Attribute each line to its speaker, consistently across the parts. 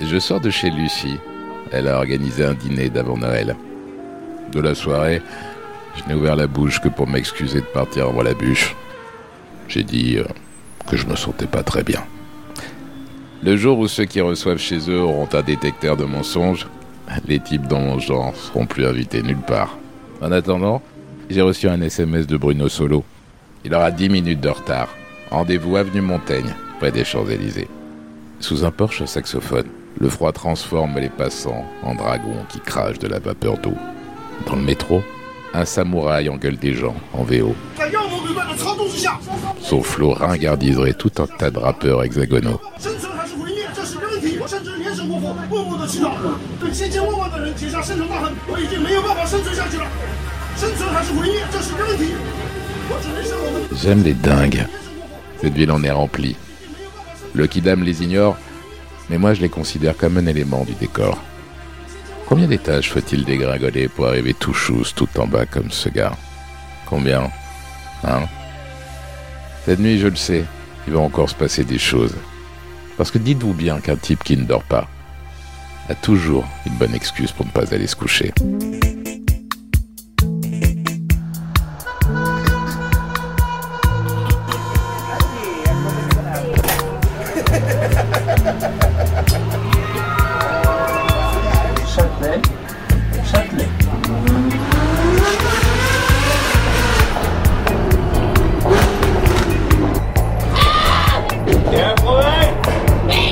Speaker 1: Je sors de chez Lucie. Elle a organisé un dîner d'avant Noël. De la soirée, je n'ai ouvert la bouche que pour m'excuser de partir en la bûche. J'ai dit euh, que je me sentais pas très bien. Le jour où ceux qui reçoivent chez eux auront un détecteur de mensonges, les types dans mon genre seront plus invités nulle part. En attendant, j'ai reçu un SMS de Bruno Solo. Il aura 10 minutes de retard. Rendez-vous avenue Montaigne, près des Champs-Élysées. Sous un porche au saxophone, le froid transforme les passants en dragons qui crachent de la vapeur d'eau. Dans le métro, un samouraï engueule des gens en VO. Son flot ringardiserait tout un tas de rappeurs hexagonaux. J'aime les dingues. Cette ville en est remplie. Le Kidam les ignore, mais moi je les considère comme un élément du décor. Combien d'étages faut-il dégringoler pour arriver tout chousse, tout en bas comme ce gars Combien Hein Cette nuit, je le sais, il va encore se passer des choses. Parce que dites-vous bien qu'un type qui ne dort pas a toujours une bonne excuse pour ne pas aller se coucher.
Speaker 2: Châtelet, Châtelet. T'es approuvé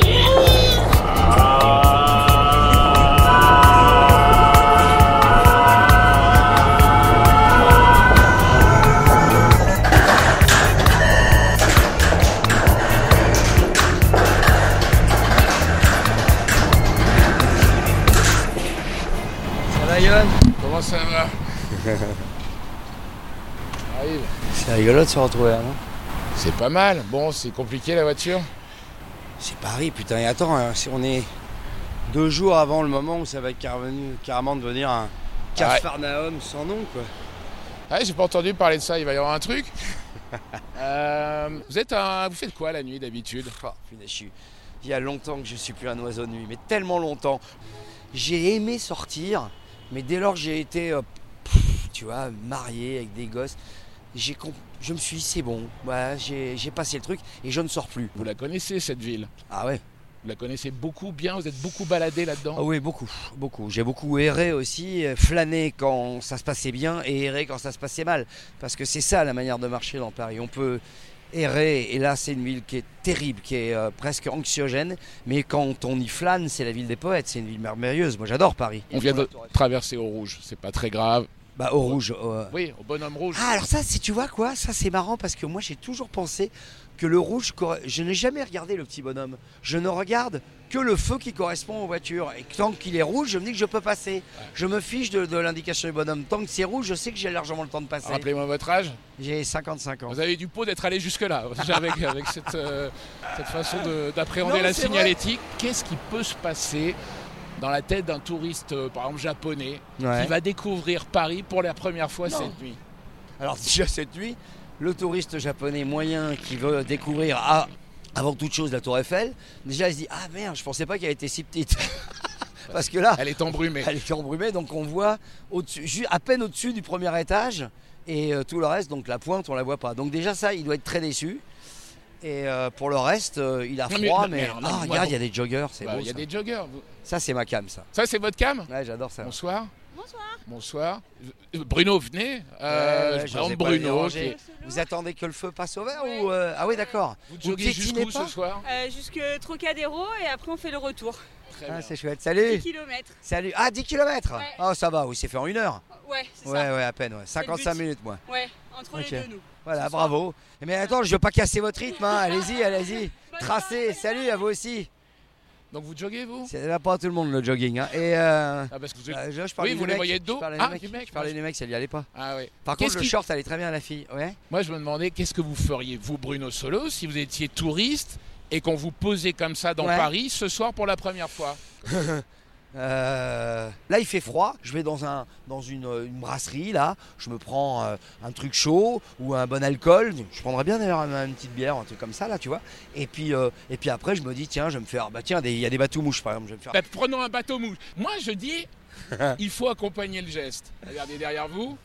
Speaker 3: Voilà Yohan,
Speaker 1: Comment ça va
Speaker 3: c'est rigolo de se retrouver là, non
Speaker 1: C'est pas mal. Bon, c'est compliqué la voiture
Speaker 3: C'est Paris, putain, et attends, hein, si on est deux jours avant le moment où ça va carvenu- carrément devenir un Capharnaüm sans nom, quoi.
Speaker 1: Ah, j'ai pas entendu parler de ça, il va y avoir un truc. Euh, vous êtes un... Vous faites quoi la nuit d'habitude
Speaker 3: Oh, punaise, je suis- Il y a longtemps que je suis plus un oiseau de nuit, mais tellement longtemps. J'ai aimé sortir, mais dès lors que j'ai été, euh, pff, tu vois, marié avec des gosses, j'ai com- je me suis dit, c'est bon, voilà, j'ai j'ai passé le truc et je ne sors plus.
Speaker 1: Vous la connaissez cette ville
Speaker 3: Ah ouais
Speaker 1: Vous la connaissez beaucoup bien, vous êtes beaucoup baladé là-dedans
Speaker 3: Ah oui, beaucoup, beaucoup. J'ai beaucoup erré aussi, euh, flâné quand ça se passait bien et erré quand ça se passait mal. Parce que c'est ça la manière de marcher dans Paris. On peut errer, et là c'est une ville qui est terrible, qui est euh, presque anxiogène, mais quand on y flâne, c'est la ville des poètes, c'est une ville merveilleuse. Moi j'adore Paris.
Speaker 1: On vient de traverser au rouge, c'est pas très grave.
Speaker 3: Bah, au rouge. euh,
Speaker 1: Oui, au bonhomme rouge.
Speaker 3: Ah alors ça, c'est tu vois quoi Ça c'est marrant parce que moi j'ai toujours pensé que le rouge, corre- je n'ai jamais regardé le petit bonhomme. Je ne regarde que le feu qui correspond aux voitures. Et tant qu'il est rouge, je me dis que je peux passer. Je me fiche de, de l'indication du bonhomme. Tant que c'est rouge, je sais que j'ai largement le temps de passer.
Speaker 1: Rappelez-moi votre âge.
Speaker 3: J'ai 55 ans.
Speaker 1: Vous avez du pot d'être allé jusque-là, déjà avec, avec cette, euh, cette façon de-
Speaker 3: Non,
Speaker 1: d'appréhender
Speaker 3: mais
Speaker 1: la
Speaker 3: c'est vrai.
Speaker 1: signalétique. Qu'est-ce qui peut se passer dans la tête d'un touriste, euh, par exemple japonais,
Speaker 3: Ouais.
Speaker 1: qui va découvrir Paris pour la première fois
Speaker 3: Non.
Speaker 1: cette nuit
Speaker 3: Alors déjà cette nuit, le touriste japonais moyen qui veut découvrir ah, avant toute chose la tour Eiffel, déjà il se dit ah merde, je pensais pas qu'elle était si petite. parce que là,
Speaker 1: Elle est embrumée.
Speaker 3: Elle est embrumée, donc on voit au-dessus, ju- à peine au-dessus du premier étage, et euh, tout le reste, donc la pointe, on la voit pas. Donc déjà ça, il doit être très déçu. Et euh, pour le reste, euh, il a
Speaker 1: Non, mais-
Speaker 3: froid,
Speaker 1: non,
Speaker 3: mais,
Speaker 1: mais alors, non,
Speaker 3: ah,
Speaker 1: mais moi,
Speaker 3: regarde,
Speaker 1: bon-
Speaker 3: il y a des joggers, c'est
Speaker 1: Bah,
Speaker 3: beau.
Speaker 1: Il y a
Speaker 3: Ça,
Speaker 1: des joggers. Vous-
Speaker 3: Ça, c'est ma cam, ça.
Speaker 1: Ça, c'est votre cam
Speaker 3: Ouais, j'adore ça.
Speaker 1: Bonsoir. Bonsoir. Bonsoir. Euh, Bruno, venez.
Speaker 3: Ouais,
Speaker 1: Euh,
Speaker 3: ouais,
Speaker 1: je
Speaker 3: je
Speaker 1: présente
Speaker 3: vous ai pas
Speaker 1: Bruno.
Speaker 3: dérangé.
Speaker 1: qui-
Speaker 3: Vous attendez que le feu passe au vert ou euh, ah oui, d'accord.
Speaker 1: Vous joguez
Speaker 3: piétinez
Speaker 1: jusqu'où ce
Speaker 3: pas
Speaker 1: soir
Speaker 4: Euh, jusque Trocadéro et après on fait le retour.
Speaker 1: Très
Speaker 3: Ah,
Speaker 1: bien.
Speaker 3: c'est chouette.
Speaker 4: 10
Speaker 3: Salut.
Speaker 4: km.
Speaker 3: Salut. Ah, 10 km.
Speaker 4: Ouais.
Speaker 3: Oh, ça va. Oui, c'est fait en une heure.
Speaker 4: Ouais, c'est
Speaker 3: Ouais,
Speaker 4: ça.
Speaker 3: ouais, à peine. ouais.
Speaker 4: le
Speaker 3: 55
Speaker 4: but.
Speaker 3: minutes, moi.
Speaker 4: Ouais, entre
Speaker 3: Ok.
Speaker 4: les deux nous.
Speaker 3: Voilà, bravo. Mais attends, je veux pas casser votre rythme, hein. allez-y, allez-y. Tracez, salut à vous aussi.
Speaker 1: Donc vous joguez, vous
Speaker 3: C'est là pas à tout le monde le jogging. hein. Et euh,
Speaker 1: Ah, parce que vous êtes-
Speaker 3: euh, je, je parlais
Speaker 1: Oui,
Speaker 3: du
Speaker 1: vous les
Speaker 3: mec,
Speaker 1: voyez de
Speaker 3: je
Speaker 1: dos
Speaker 3: parlais
Speaker 1: Ah,
Speaker 3: mec,
Speaker 1: du mec,
Speaker 3: Je parlais
Speaker 1: moi,
Speaker 3: du mec, ça lui allait pas.
Speaker 1: Ah oui.
Speaker 3: Par
Speaker 1: Qu'est-ce
Speaker 3: contre, le
Speaker 1: qui-
Speaker 3: short allait très bien à la fille. Ouais.
Speaker 1: Moi, je me demandais qu'est-ce que vous feriez, vous, Bruno Solo, si vous étiez touriste et qu'on vous posait comme ça dans
Speaker 3: Ouais.
Speaker 1: Paris ce soir pour la première fois
Speaker 3: Euh, là, il fait froid. Je vais dans, un, dans une, euh, une brasserie, là. Je me prends euh, un truc chaud ou un bon alcool. Je prendrais bien d'ailleurs une, une petite bière, un truc comme ça, là, tu vois. Et puis, euh, et puis après, je me dis, tiens, je vais me faire. Bah, tiens, des- il y a des bateaux mouches, par exemple. Je vais me faire.
Speaker 1: Bah, prenons un bateau mouche. Moi, je dis, il faut accompagner le geste. Regardez derrière vous.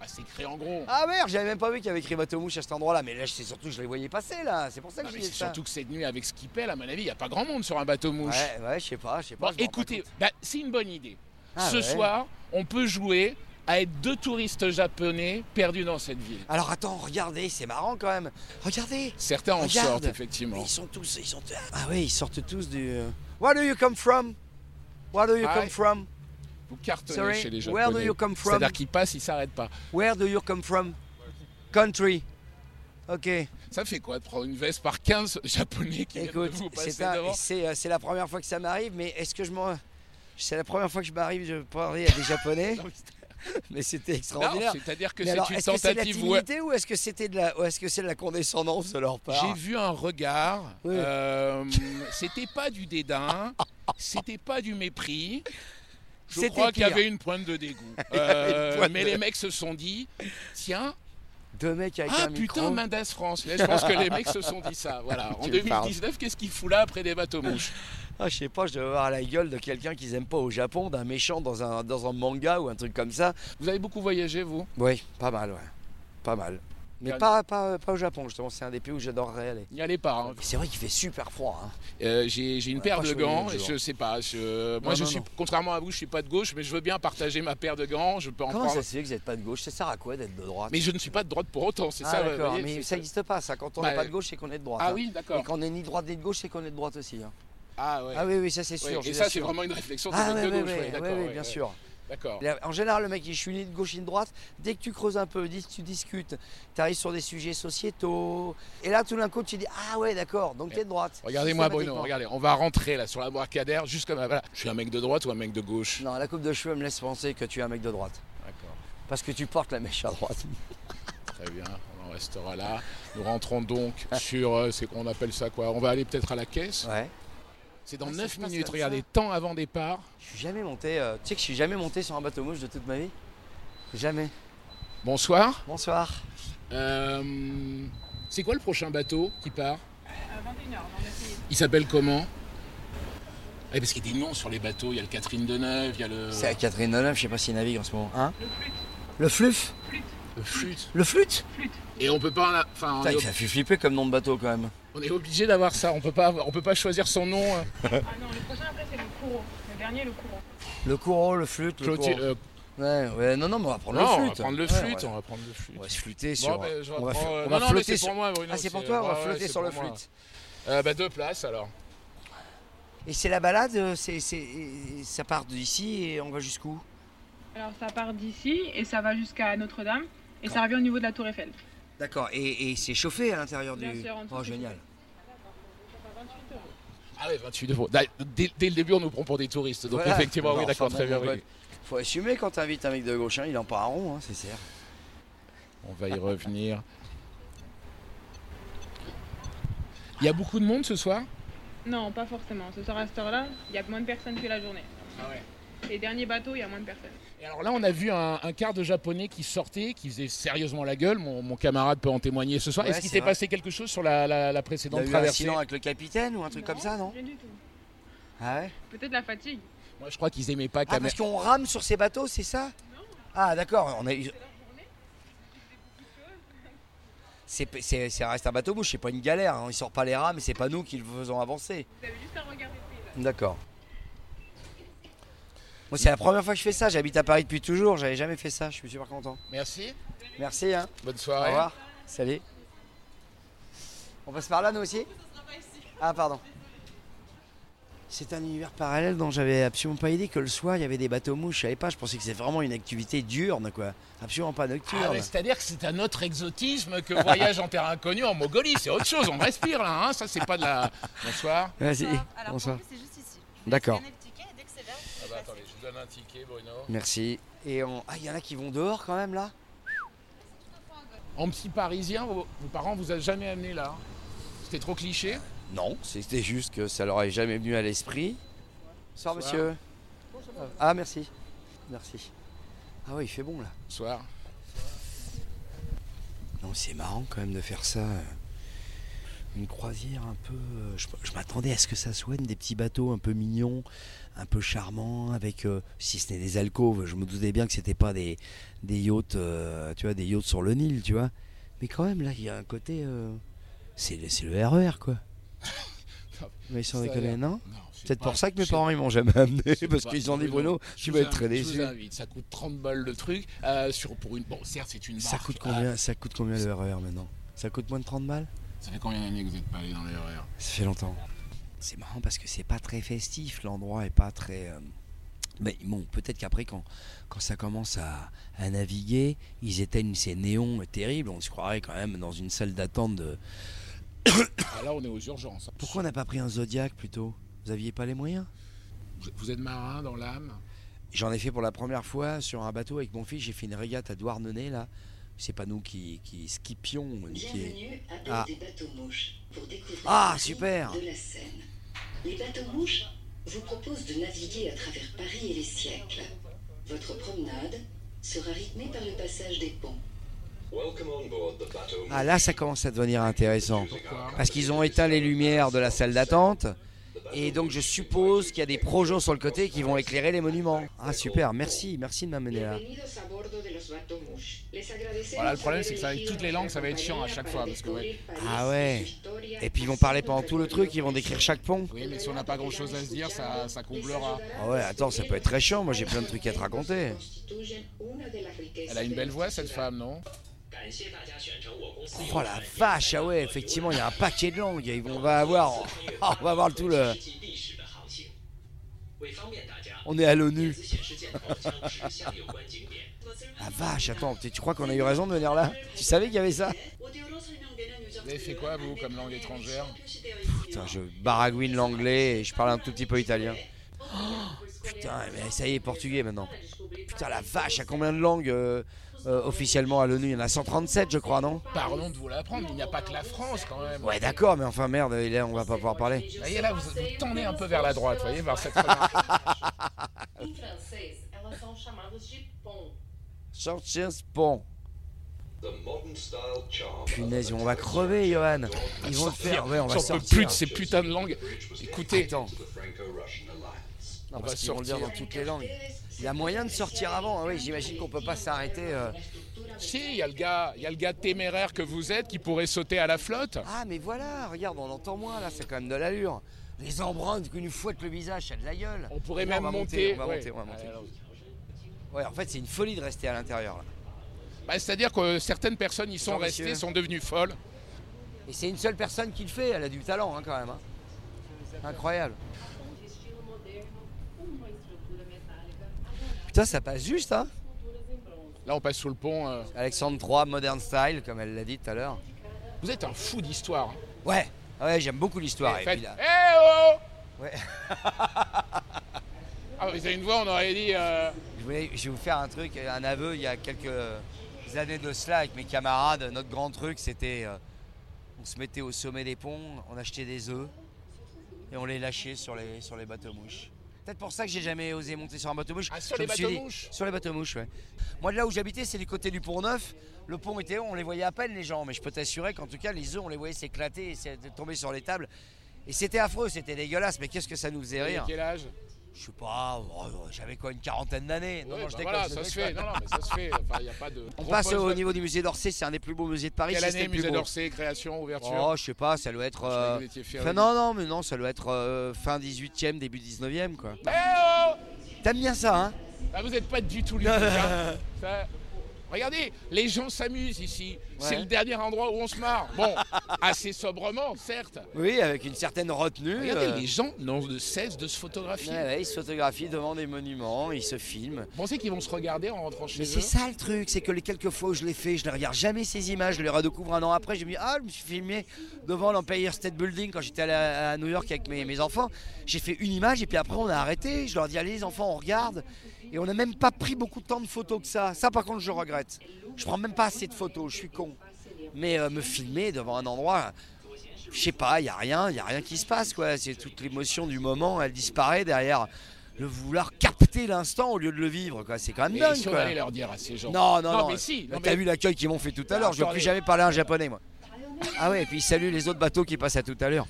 Speaker 1: Ah, c'est écrit en gros.
Speaker 3: Ah merde, j'avais même pas vu qu'il y avait écrit bateau mouche à cet endroit-là. Mais là, c'est surtout, que je les voyais passer, là. C'est pour ça que
Speaker 1: Ah,
Speaker 3: je
Speaker 1: mais
Speaker 3: disais
Speaker 1: c'est
Speaker 3: ça.
Speaker 1: surtout que cette nuit, avec ce qui pèle, à mon avis, il n'y a pas grand monde sur un bateau mouche.
Speaker 3: Ouais, ouais, je sais pas, je sais pas.
Speaker 1: Bon,
Speaker 3: je me rends pas
Speaker 1: écoutez,
Speaker 3: compte.
Speaker 1: bah, c'est une bonne idée.
Speaker 3: Ah
Speaker 1: Ce
Speaker 3: ouais.
Speaker 1: soir, on peut jouer à être deux touristes japonais perdus dans cette ville.
Speaker 3: Alors attends, regardez, c'est marrant quand même. Regardez.
Speaker 1: Certains en
Speaker 3: Regarde.
Speaker 1: sortent,
Speaker 3: Mais
Speaker 1: effectivement.
Speaker 3: ils sont tous, ils sont. Ah ouais, ils sortent tous du. euh, Where do you come from? Where do you
Speaker 1: Ah
Speaker 3: come
Speaker 1: ouais.
Speaker 3: from?
Speaker 1: Vous cartonnez
Speaker 3: Sorry,
Speaker 1: chez les
Speaker 3: where
Speaker 1: japonais.
Speaker 3: do you come from
Speaker 1: C'est-à-dire qu'ils passent, ils s'arrêtent pas.
Speaker 3: Where do you come from? Country. Ok.
Speaker 1: Ça fait quoi de prendre une veste par 15 japonais qui viennent de
Speaker 3: Écoute,
Speaker 1: vous
Speaker 3: c'est
Speaker 1: passer
Speaker 3: un-
Speaker 1: devant
Speaker 3: c'est, euh, c'est la première fois que ça m'arrive, mais est-ce que je m'en. C'est la première fois que je m'arrive de parler à des Japonais,
Speaker 1: Non, mais
Speaker 3: mais c'était
Speaker 1: Non,
Speaker 3: extraordinaire.
Speaker 1: c'est-à-dire que
Speaker 3: Mais alors,
Speaker 1: c'est une
Speaker 3: est-ce que c'est de la
Speaker 1: tentative. ouais.
Speaker 3: timidité ou est-ce que c'était de la, ou est-ce que c'est de la condescendance de leur part
Speaker 1: J'ai vu un regard.
Speaker 3: Oui.
Speaker 1: euh, c'était pas du dédain. C'était pas du mépris. Je
Speaker 3: C'était
Speaker 1: crois qu'il y
Speaker 3: pire.
Speaker 1: avait une pointe de dégoût.
Speaker 3: avait une
Speaker 1: Euh,
Speaker 3: pointe
Speaker 1: mais
Speaker 3: de-
Speaker 1: les mecs se sont dit, tiens,
Speaker 3: Deux mecs avec
Speaker 1: ah
Speaker 3: un micro.
Speaker 1: putain, Mendes France. Là, je pense que les mecs se sont dit ça. Voilà. En
Speaker 3: Tu parles.
Speaker 1: 2019, qu'est-ce qu'il fout là après des bateaux mouches
Speaker 3: Ah, je sais pas, je devais voir la gueule de quelqu'un qu'ils aiment pas au Japon, d'un méchant dans un, dans un manga ou un truc comme ça.
Speaker 1: Vous avez beaucoup voyagé, vous
Speaker 3: Oui, pas mal, ouais. Pas mal. Mais
Speaker 1: Regarde.
Speaker 3: pas, pas, pas au Japon, justement, c'est un des pays où j'adorerais aller.
Speaker 1: N'y allez pas. hein.
Speaker 3: C'est vrai qu'il fait super froid. hein.
Speaker 1: Euh, j'ai j'ai une
Speaker 3: Ouais,
Speaker 1: paire
Speaker 3: pas
Speaker 1: de
Speaker 3: chaud,
Speaker 1: gants,
Speaker 3: les
Speaker 1: et
Speaker 3: jours.
Speaker 1: je sais pas. je- moi,
Speaker 3: Non,
Speaker 1: je
Speaker 3: non,
Speaker 1: suis,
Speaker 3: non.
Speaker 1: contrairement à vous, je suis pas de gauche, mais je veux bien partager ma paire de gants. Je peux en
Speaker 3: Comment
Speaker 1: prendre.
Speaker 3: ça se fait que vous n'êtes pas de gauche Ça sert à quoi d'être de droite
Speaker 1: Mais je ne suis pas de droite pour autant, c'est
Speaker 3: Ah,
Speaker 1: ça. vous
Speaker 3: d'accord,
Speaker 1: voyez,
Speaker 3: mais
Speaker 1: c'est
Speaker 3: ça
Speaker 1: ça.
Speaker 3: n'existe pas, ça. Quand on n'est
Speaker 1: Bah,
Speaker 3: pas de gauche, c'est qu'on est de droite.
Speaker 1: Ah
Speaker 3: hein.
Speaker 1: oui,
Speaker 3: Et
Speaker 1: d'accord.
Speaker 3: qu'on n'est ni de droite ni de gauche, c'est qu'on est de droite aussi. hein.
Speaker 1: Ah ouais.
Speaker 3: Ah oui, oui, ça c'est
Speaker 1: Ouais,
Speaker 3: sûr. je
Speaker 1: Et
Speaker 3: vous
Speaker 1: ça, c'est
Speaker 3: assure.
Speaker 1: vraiment une réflexion
Speaker 3: Ah
Speaker 1: technique
Speaker 3: oui,
Speaker 1: de
Speaker 3: oui,
Speaker 1: gauche. ouais,
Speaker 3: oui,
Speaker 1: d'accord, ouais,
Speaker 3: bien
Speaker 1: ouais.
Speaker 3: sûr.
Speaker 1: D'accord.
Speaker 3: Et En général, le mec, il dit, je suis ni de gauche ni de droite. Dès que tu creuses un peu, dis- tu discutes, tu arrives sur des sujets sociétaux. Et là, tout d'un coup, tu dis Ah ouais, d'accord, donc tu es de droite.
Speaker 1: Regardez-moi, Bruno,
Speaker 3: Systématiquement.
Speaker 1: regardez, on va rentrer là sur la Barcadère jusqu'à ma. Voilà. Je suis un mec de droite ou un mec de gauche
Speaker 3: Non, la coupe de cheveux me laisse penser que tu es un mec de droite.
Speaker 1: D'accord,
Speaker 3: Parce que tu portes la mèche à droite.
Speaker 1: très bien, on en restera là. Nous rentrons donc sur. euh, c'est qu'on appelle ça quoi On va aller peut-être à la caisse.
Speaker 3: Ouais.
Speaker 1: C'est dans
Speaker 3: Ah, ça
Speaker 1: 9
Speaker 3: se passe
Speaker 1: minutes,
Speaker 3: comme
Speaker 1: regardez, temps avant départ.
Speaker 3: Je suis jamais monté. euh, tu sais que je suis jamais monté sur un bateau mouche de toute ma vie Jamais.
Speaker 1: Bonsoir.
Speaker 3: Bonsoir.
Speaker 1: Euh, c'est quoi le prochain bateau qui part
Speaker 5: 21h,
Speaker 1: Il s'appelle comment Eh, Parce qu'il y a des noms sur les bateaux, il y a le Catherine Deneuve, il y a le.
Speaker 3: C'est à Catherine Deneuve, je sais pas s'il navigue en ce moment. Hein le flûte.
Speaker 1: le flûte.
Speaker 3: Le flûte
Speaker 1: Et on peut pas. en a- Enfin, on
Speaker 3: Putain,
Speaker 1: est
Speaker 3: il fait flipper comme nom de bateau quand même.
Speaker 1: On est obligé d'avoir ça, on peut pas avoir- on peut pas choisir son nom. euh.
Speaker 5: Ah non, le prochain après c'est le Kourou. Le dernier, le Kourou.
Speaker 3: Le courroux, le flûte, le
Speaker 1: Clotilde,
Speaker 3: courroux.
Speaker 1: euh,
Speaker 3: Ouais, ouais, non, non, mais on va prendre
Speaker 1: non,
Speaker 3: le
Speaker 1: on va
Speaker 3: flûte.
Speaker 1: prendre le
Speaker 3: Ouais,
Speaker 1: flûte,
Speaker 3: ouais.
Speaker 1: on va prendre le flûte.
Speaker 3: On va se flûter
Speaker 1: Bon,
Speaker 3: sur.
Speaker 1: ben, je
Speaker 3: on va,
Speaker 1: reprends,
Speaker 3: fl-
Speaker 1: euh,
Speaker 3: on
Speaker 1: non,
Speaker 3: va
Speaker 1: non, mais
Speaker 3: flotter
Speaker 1: c'est
Speaker 3: sur.
Speaker 1: pour moi, Bruno,
Speaker 3: ah, c'est pour
Speaker 1: c'est- euh,
Speaker 3: toi, on va
Speaker 1: ouais, ouais,
Speaker 3: flotter
Speaker 1: c'est
Speaker 3: sur le
Speaker 1: pour moi.
Speaker 3: flûte.
Speaker 1: Euh, bah, deux places alors.
Speaker 3: Et c'est la balade, euh, c'est, c'est- ça part d'ici et on va jusqu'où
Speaker 5: Alors ça part d'ici et ça va jusqu'à Notre-Dame et ça revient au niveau de la Tour Eiffel.
Speaker 3: D'accord, et, et c'est chauffé à l'intérieur
Speaker 5: Bien
Speaker 3: du.
Speaker 5: sûr, en dessous,
Speaker 3: oh,
Speaker 5: c'est
Speaker 3: génial.
Speaker 1: Ah ouais, 28 euros. Dès, dès le début, on nous prend pour des touristes, donc
Speaker 3: Voilà.
Speaker 1: effectivement,
Speaker 3: Bon,
Speaker 1: oui, d'accord,
Speaker 3: enfin,
Speaker 1: très
Speaker 3: bon,
Speaker 1: bien.
Speaker 3: bon,
Speaker 1: oui.
Speaker 3: Faut assumer quand t'invites un mec de gauche, hein, il en part un rond, hein, c'est sûr.
Speaker 1: On va y revenir. Il y a beaucoup de monde ce soir
Speaker 5: Non, pas forcément. Ce soir à cette heure-là, il y a moins de personnes que la journée.
Speaker 1: Ah ouais.
Speaker 5: Les derniers bateaux, il y a moins de personnes.
Speaker 1: Et alors là, on a vu un, un quart de japonais qui sortait, qui faisait sérieusement la gueule. Mon, mon camarade peut en témoigner ce soir.
Speaker 3: Ouais,
Speaker 1: Est-ce qu'il
Speaker 3: c'est
Speaker 1: s'est
Speaker 3: vrai.
Speaker 1: passé quelque chose sur la, la- la
Speaker 3: Il a
Speaker 1: précédente
Speaker 3: eu un
Speaker 1: traversée
Speaker 3: accident avec le capitaine ou un truc comme ça, non
Speaker 5: Rien du tout.
Speaker 3: Ah ouais
Speaker 5: Peut-être la fatigue.
Speaker 1: Moi, je crois qu'ils aimaient pas
Speaker 3: Ah,
Speaker 1: Camer-
Speaker 3: parce qu'on rame sur ces bateaux, c'est ça Ah, d'accord, on a eu. C'est, c'est, c'est- reste un bateau mouche, c'est pas une galère, hein, il sort pas les rames, et c'est pas nous qui le faisons avancer.
Speaker 5: Vous avez juste à regarder le pays.
Speaker 3: D'accord. Moi, c'est la première fois que je fais ça. J'habite à Paris depuis toujours. J'avais jamais fait ça. Je suis super content.
Speaker 1: Merci.
Speaker 3: Merci. Hein.
Speaker 1: Bonne
Speaker 3: Au
Speaker 1: soirée.
Speaker 3: revoir. Salut. On passe par là, nous aussi Ah, pardon. C'est un univers parallèle dont j'avais absolument pas idée que le soir il y avait des bateaux mouches. Je savais pas. Je pensais que c'était vraiment une activité diurne, quoi. Absolument pas nocturne.
Speaker 1: Ah, mais C'est-à-dire que c'est un autre exotisme que voyage en terre inconnue en Mongolie. C'est autre chose, on respire là. Hein. Ça, c'est pas de la. Bonsoir.
Speaker 3: Vas-y.
Speaker 4: Alors,
Speaker 3: Bonsoir.
Speaker 4: pour vous, c'est juste ici. Je vais
Speaker 3: D'accord.
Speaker 4: scanner le ticket et dès que c'est là, vous
Speaker 1: Ah, bah,
Speaker 4: passez.
Speaker 1: attendez, je vous donne un ticket, Bruno.
Speaker 3: Merci. Et on... Ah, il y en a qui vont dehors quand même là
Speaker 1: En petit parisien, vos, vos parents vous a jamais amené là hein C'était trop cliché
Speaker 3: Non, c'était juste que ça leur est jamais venu à l'esprit. Bonsoir,
Speaker 1: Bonsoir.
Speaker 3: monsieur. Ah, merci. Merci. Ah oui, il fait bon là.
Speaker 1: Bonsoir.
Speaker 3: Non, mais c'est marrant quand même de faire ça. euh, Une croisière un peu. euh, Je, je m'attendais à ce que ça soit des petits bateaux un peu mignons, un peu charmants, avec euh, si ce n'est des alcôves. Je me doutais bien que c'était pas des, des yachts, euh, tu vois, des yachts sur le Nil, tu vois. Mais quand même là, il y a un côté. euh, c'est le, c'est le RER quoi. Mais sans
Speaker 1: Ça a
Speaker 3: déconner,
Speaker 1: l'air-
Speaker 3: non
Speaker 1: Non, je sais
Speaker 3: C'est peut-être
Speaker 1: pas,
Speaker 3: pour ça que mes
Speaker 1: je sais
Speaker 3: parents ils m'ont jamais amené
Speaker 1: sais
Speaker 3: parce
Speaker 1: pas.
Speaker 3: qu'ils ont dit
Speaker 1: Bruno,
Speaker 3: Bruno,
Speaker 1: je
Speaker 3: tu
Speaker 1: vous
Speaker 3: vas
Speaker 1: in-
Speaker 3: être très
Speaker 1: Je vous
Speaker 3: déçu.
Speaker 1: invite, ça coûte 30 balles le truc. euh, sur, pour une... Bon, certes, c'est une
Speaker 3: Ça
Speaker 1: barque.
Speaker 3: coûte
Speaker 1: Ah,
Speaker 3: combien Ça coûte combien le RER maintenant Ça coûte moins de 30 balles
Speaker 1: ça fait combien d'années que vous n'êtes pas allé dans les horaires
Speaker 3: Ça fait longtemps. C'est marrant parce que c'est pas très festif, l'endroit est pas très. euh, Mais bon, peut-être qu'après, quand, quand ça commence à, à naviguer, ils éteignent ces néons terribles. On se croirait quand même dans une salle d'attente de.
Speaker 1: Ah, Là, on est aux urgences.
Speaker 3: Pourquoi on n'a pas pris un Zodiac plutôt Vous aviez pas les moyens
Speaker 1: Vous- Vous êtes marin dans l'âme
Speaker 3: J'en ai fait pour la première fois sur un bateau avec mon fils. J'ai fait une régate à Douarnenez là. C'est pas nous qui, qui skipions. ni qui-
Speaker 6: Bienvenue à bord
Speaker 3: Ah.
Speaker 6: des bateaux mouches pour découvrir
Speaker 3: Ah,
Speaker 6: le rythme
Speaker 3: super.
Speaker 6: de la Seine. Les bateaux mouches vous proposent de naviguer à travers Paris et les siècles. Votre promenade sera rythmée par le passage des ponts.
Speaker 3: Ah là, ça commence à devenir intéressant.
Speaker 1: Pourquoi
Speaker 3: Parce qu'ils ont éteint les lumières de la salle d'attente. Et donc je suppose qu'il y a des projets sur le côté qui vont éclairer les monuments. Ah super, merci, merci de m'amener là.
Speaker 1: Voilà, le problème, c'est que ça, avec toutes les langues, ça va être chiant à chaque fois, parce que, ouais.
Speaker 3: Ah ouais. Et puis ils vont parler pendant tout le truc, ils vont décrire chaque pont.
Speaker 1: Oui, mais si on n'a pas grand-chose à se dire, ça, ça comblera.
Speaker 3: Ah ouais, attends, ça peut être très chiant, moi j'ai plein de trucs à te raconter.
Speaker 1: Elle a une belle voix, cette femme, non
Speaker 3: Oh la vache, ah ouais, effectivement, il y a un paquet de langues, et on va avoir, on va avoir tout le... On est à l'ONU. La vache, attends, tu tu crois qu'on a eu raison de venir là Tu savais qu'il y avait ça
Speaker 1: Vous avez fait quoi, vous, comme langue étrangère
Speaker 3: Putain, je baragouine l'anglais et je parle un tout petit peu italien. Oh, Putain, mais ça y est, portugais maintenant. Putain, la vache, à combien de langues euh, euh, officiellement à l'ONU Il y en a 137, je crois, non
Speaker 1: Parlons de vous l'apprendre, il n'y a pas que la France, quand même.
Speaker 3: Ouais, d'accord, mais enfin, merde, et là, on va pas pouvoir parler.
Speaker 1: Vous voyez, là, vous, vous tendez un peu vers la droite, vous voyez, vers cette remarque.
Speaker 7: Em francês, elas são chamadas de pont.
Speaker 3: Sortir ce pont. Punaise, on va crever, Johan. Ils vont le faire, ouais, on va
Speaker 1: J'en peux plus
Speaker 3: sortir.
Speaker 1: de ces putains de langues. Écoutez,
Speaker 3: Attends,
Speaker 1: on
Speaker 3: parce
Speaker 1: va
Speaker 3: qu'ils vont le dire
Speaker 1: sortir.
Speaker 3: dans toutes les langues. Il y a moyen de sortir avant, hein, oui, j'imagine qu'on peut pas s'arrêter. euh.
Speaker 1: Si, il y a le gars, il y a le gars téméraire que vous êtes qui pourrait sauter à la flotte.
Speaker 3: Ah, mais voilà, regarde, on entend moins, là, c'est quand même de l'allure. Les embruntes qui nous fouettent le visage, ça a de la gueule.
Speaker 1: On pourrait
Speaker 3: Non,
Speaker 1: même
Speaker 3: on va
Speaker 1: monter.
Speaker 3: On va
Speaker 1: ouais.
Speaker 3: monter, on va monter.
Speaker 1: Alors,
Speaker 3: Ouais, en fait, c'est une folie de rester à l'intérieur, là.
Speaker 1: bah, C'est-à-dire que certaines personnes y sont
Speaker 3: Bonjour,
Speaker 1: restées,
Speaker 3: monsieur.
Speaker 1: sont devenues folles.
Speaker 3: Et c'est une seule personne qui le fait, elle a du talent, hein, quand même. hein. Incroyable.
Speaker 7: De estilo moderno, uma estrutura metálica,
Speaker 3: Putain, ça passe juste, hein
Speaker 7: esculturas em bronze.
Speaker 1: Là, on passe sous le pont. euh.
Speaker 3: Alexandre III, Modern Style, comme elle l'a dit tout à l'heure.
Speaker 1: Vous êtes un fou d'histoire. hein.
Speaker 3: Ouais, ouais, j'aime beaucoup l'histoire. Et
Speaker 1: Faites-
Speaker 3: puis là,
Speaker 1: Eh oh
Speaker 3: Ouais.
Speaker 1: Ah, vous avez une voix, on aurait dit. euh,
Speaker 3: je, voulais- je vais vous faire un truc, un aveu, il y a quelques années de cela, avec mes camarades, notre grand truc, c'était... euh, on se mettait au sommet des ponts, on achetait des œufs, et on les lâchait sur les, sur les bateaux-mouches. Peut-être pour ça que j'ai jamais osé monter sur un bateau-mouche.
Speaker 1: Ah, sur
Speaker 3: Je
Speaker 1: les
Speaker 3: me suis dit-
Speaker 1: bateaux-mouches
Speaker 3: Sur les bateaux-mouches, ouais. Moi, de là où j'habitais, c'est du côté du Pont-Neuf. Le pont était haut, on les voyait à peine, les gens. Mais je peux t'assurer qu'en tout cas, les œufs, on les voyait s'éclater et s'é- tomber sur les tables. Et c'était affreux, c'était dégueulasse, mais qu'est-ce que ça nous faisait
Speaker 1: vous avez
Speaker 3: rire
Speaker 1: Quel âge
Speaker 3: je sais pas, oh, j'avais quoi une quarantaine d'années. Non,
Speaker 1: Ouais,
Speaker 3: non,
Speaker 1: bah
Speaker 3: je déconne,
Speaker 1: Voilà,
Speaker 3: je
Speaker 1: ça se
Speaker 3: déconne.
Speaker 1: fait. Non, non, mais ça se fait. Enfin, il y a pas de.
Speaker 3: On
Speaker 1: gros
Speaker 3: passe au
Speaker 1: poste.
Speaker 3: niveau du musée d'Orsay, c'est un des plus beaux musées de Paris.
Speaker 1: Quelle
Speaker 3: si ce n'est
Speaker 1: année,
Speaker 3: le plus
Speaker 1: musée
Speaker 3: beau.
Speaker 1: d'Orsay, création, ouverture
Speaker 3: Oh, je sais pas, ça doit
Speaker 1: Je
Speaker 3: être.
Speaker 1: croyais que
Speaker 3: euh,
Speaker 1: vous étiez fier
Speaker 3: fin-
Speaker 1: de
Speaker 3: non, non, mais non, ça doit être euh, fin 18e, début 19e, quoi. Bah,
Speaker 1: Eh oh
Speaker 3: T'aimes bien ça, hein
Speaker 1: Ah, vous n'êtes pas du tout ludique. hein. Ça- Regardez, les gens s'amusent ici. C'est
Speaker 3: Ouais.
Speaker 1: le dernier endroit où on se marre. Bon, assez sobrement, certes.
Speaker 3: Oui, avec une certaine retenue.
Speaker 1: Regardez,
Speaker 3: euh,
Speaker 1: les gens n'ont de cesse de se photographier.
Speaker 3: ouais, ouais, ils se photographient devant des monuments, ils se filment.
Speaker 1: Vous pensez qu'ils vont se regarder en rentrant chez
Speaker 3: Mais
Speaker 1: eux
Speaker 3: c'est ça le truc, c'est que les quelques fois où je l'ai fait, je ne regarde jamais ces images, je les redécouvre un an après, je me dis ah je me suis filmé devant l'Empire State Building quand j'étais allé à à New York avec mes, mes enfants, j'ai fait une image et puis après on a arrêté, je leur dis allez les enfants on regarde et on n'a même pas pris beaucoup de temps de photos que ça, ça par contre je regrette, je prends même pas assez de photos, je suis con, mais euh, me filmer devant un endroit, je sais pas, il y a rien, il y a rien qui se passe quoi, c'est toute l'émotion du moment, elle disparaît derrière de vouloir capter l'instant au lieu de le vivre. quoi. C'est quand même
Speaker 1: Et
Speaker 3: dingue.
Speaker 1: si on
Speaker 3: quoi.
Speaker 1: allait leur dire à ces gens.
Speaker 3: Non, non,
Speaker 1: Non,
Speaker 3: non.
Speaker 1: mais si, non,
Speaker 3: T'as
Speaker 1: mais- Ah,
Speaker 3: vu l'accueil qu'ils m'ont fait tout à l'heure. Je ne
Speaker 1: Attendez.
Speaker 3: plus jamais parler à un japonais, moi. Ah ouais, et puis salut les autres bateaux qui passent à tout à l'heure.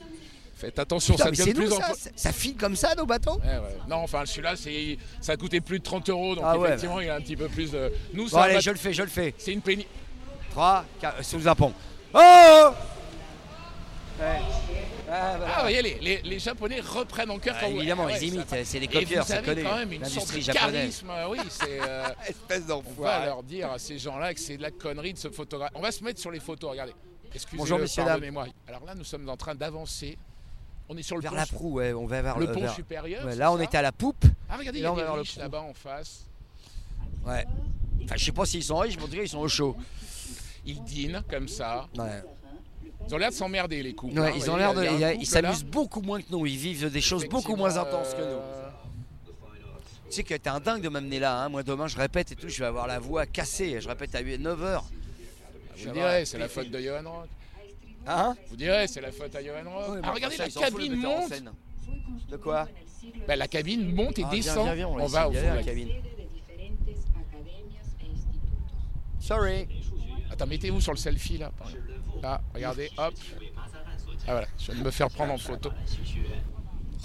Speaker 1: Faites attention,
Speaker 3: Putain,
Speaker 1: ça
Speaker 3: mais
Speaker 1: devient
Speaker 3: c'est
Speaker 1: de plus
Speaker 3: nous,
Speaker 1: en
Speaker 3: ça,
Speaker 1: plus.
Speaker 3: ça ça file comme ça, nos bateaux
Speaker 1: Eh Ouais, ouais. Non, enfin, celui-là, c'est... ça coûtait plus de 30 euros, donc
Speaker 3: Ah ouais.
Speaker 1: effectivement, il a un petit peu plus de. Nous,
Speaker 3: Bon,
Speaker 1: ça
Speaker 3: allez, je le fais, je le fais.
Speaker 1: c'est une pénible.
Speaker 3: 3, 4, sous un pont. Oh Ouais. Ah, voilà.
Speaker 1: Ah, voyez, les, les, les Japonais reprennent en cœur.
Speaker 3: Ah,
Speaker 1: quand vous-
Speaker 3: évidemment,
Speaker 1: Ah, ouais,
Speaker 3: ils imitent,
Speaker 1: ça-
Speaker 3: c'est les
Speaker 1: Et
Speaker 3: copieurs,
Speaker 1: vous
Speaker 3: ça
Speaker 1: avez
Speaker 3: connaît.
Speaker 1: quand même une sorte
Speaker 3: L'industrie
Speaker 1: de
Speaker 3: japonaise.
Speaker 1: charisme, oui, c'est. euh,
Speaker 3: Espèce
Speaker 1: on va
Speaker 3: d'enfoiré.
Speaker 1: leur dire à ces gens-là que c'est de la connerie de se photographier. On va se mettre sur les photos, regardez. Excusez-le,
Speaker 3: Bonjour, messieurs, dames.
Speaker 1: pardonnez-moi. Alors là, nous sommes en train d'avancer. On est sur le
Speaker 3: Vers
Speaker 1: pont,
Speaker 3: la
Speaker 1: su-
Speaker 3: proue, ouais, on va vers
Speaker 1: le
Speaker 3: euh,
Speaker 1: pont
Speaker 3: vers-
Speaker 1: supérieur.
Speaker 3: Ouais,
Speaker 1: c'est
Speaker 3: là, on
Speaker 1: ça
Speaker 3: était à la poupe.
Speaker 1: Ah, regardez,
Speaker 3: et
Speaker 1: il y
Speaker 3: là,
Speaker 1: a
Speaker 3: on va
Speaker 1: des
Speaker 3: vers le
Speaker 1: riches
Speaker 3: pont.
Speaker 1: là-bas en face.
Speaker 3: Ouais. Enfin, je sais pas s'ils sont riches, mais en tout cas, ils sont au chaud.
Speaker 1: Ils dînent comme ça.
Speaker 3: Ouais.
Speaker 1: Ils ont l'air de s'emmerder, les couples.
Speaker 3: Ouais,
Speaker 1: hein,
Speaker 3: ils
Speaker 1: vous
Speaker 3: ont
Speaker 1: voyez, il
Speaker 3: l'air
Speaker 1: y a- il
Speaker 3: de.
Speaker 1: y
Speaker 3: il y
Speaker 1: a un
Speaker 3: a-
Speaker 1: couple,
Speaker 3: Ils
Speaker 1: là.
Speaker 3: s'amusent beaucoup moins que nous. Ils vivent des choses beaucoup moins
Speaker 1: Effectivement,
Speaker 3: intenses que nous. Ah,
Speaker 1: euh,
Speaker 3: Tu sais que t'es un dingue de m'amener là. hein. Moi, demain, je répète et tout. Je vais avoir la voix cassée. Je répète à 9h.
Speaker 1: Vous direz, c'est la faute de Johan Rock.
Speaker 3: Hein
Speaker 1: Vous direz, c'est la faute à Johan Rock.
Speaker 3: Ouais, mais
Speaker 1: ah,
Speaker 3: enfin,
Speaker 1: regardez,
Speaker 3: ça,
Speaker 1: la
Speaker 3: ils s'en foutent, le
Speaker 1: cabine
Speaker 3: metteur en
Speaker 1: monte.
Speaker 3: scène. De quoi
Speaker 1: Bah, la cabine monte et
Speaker 3: Ah, viens,
Speaker 1: descend.
Speaker 3: viens, viens, on
Speaker 1: on,
Speaker 3: va
Speaker 1: va au
Speaker 3: essayer
Speaker 1: fond.
Speaker 3: d'y
Speaker 1: de
Speaker 3: aller,
Speaker 1: la cabine.
Speaker 3: Kevin. Sorry.
Speaker 1: Attends, mettez-vous sur le selfie là. par exemple. Là, regardez, hop. Ah voilà, je viens de me faire prendre en photo.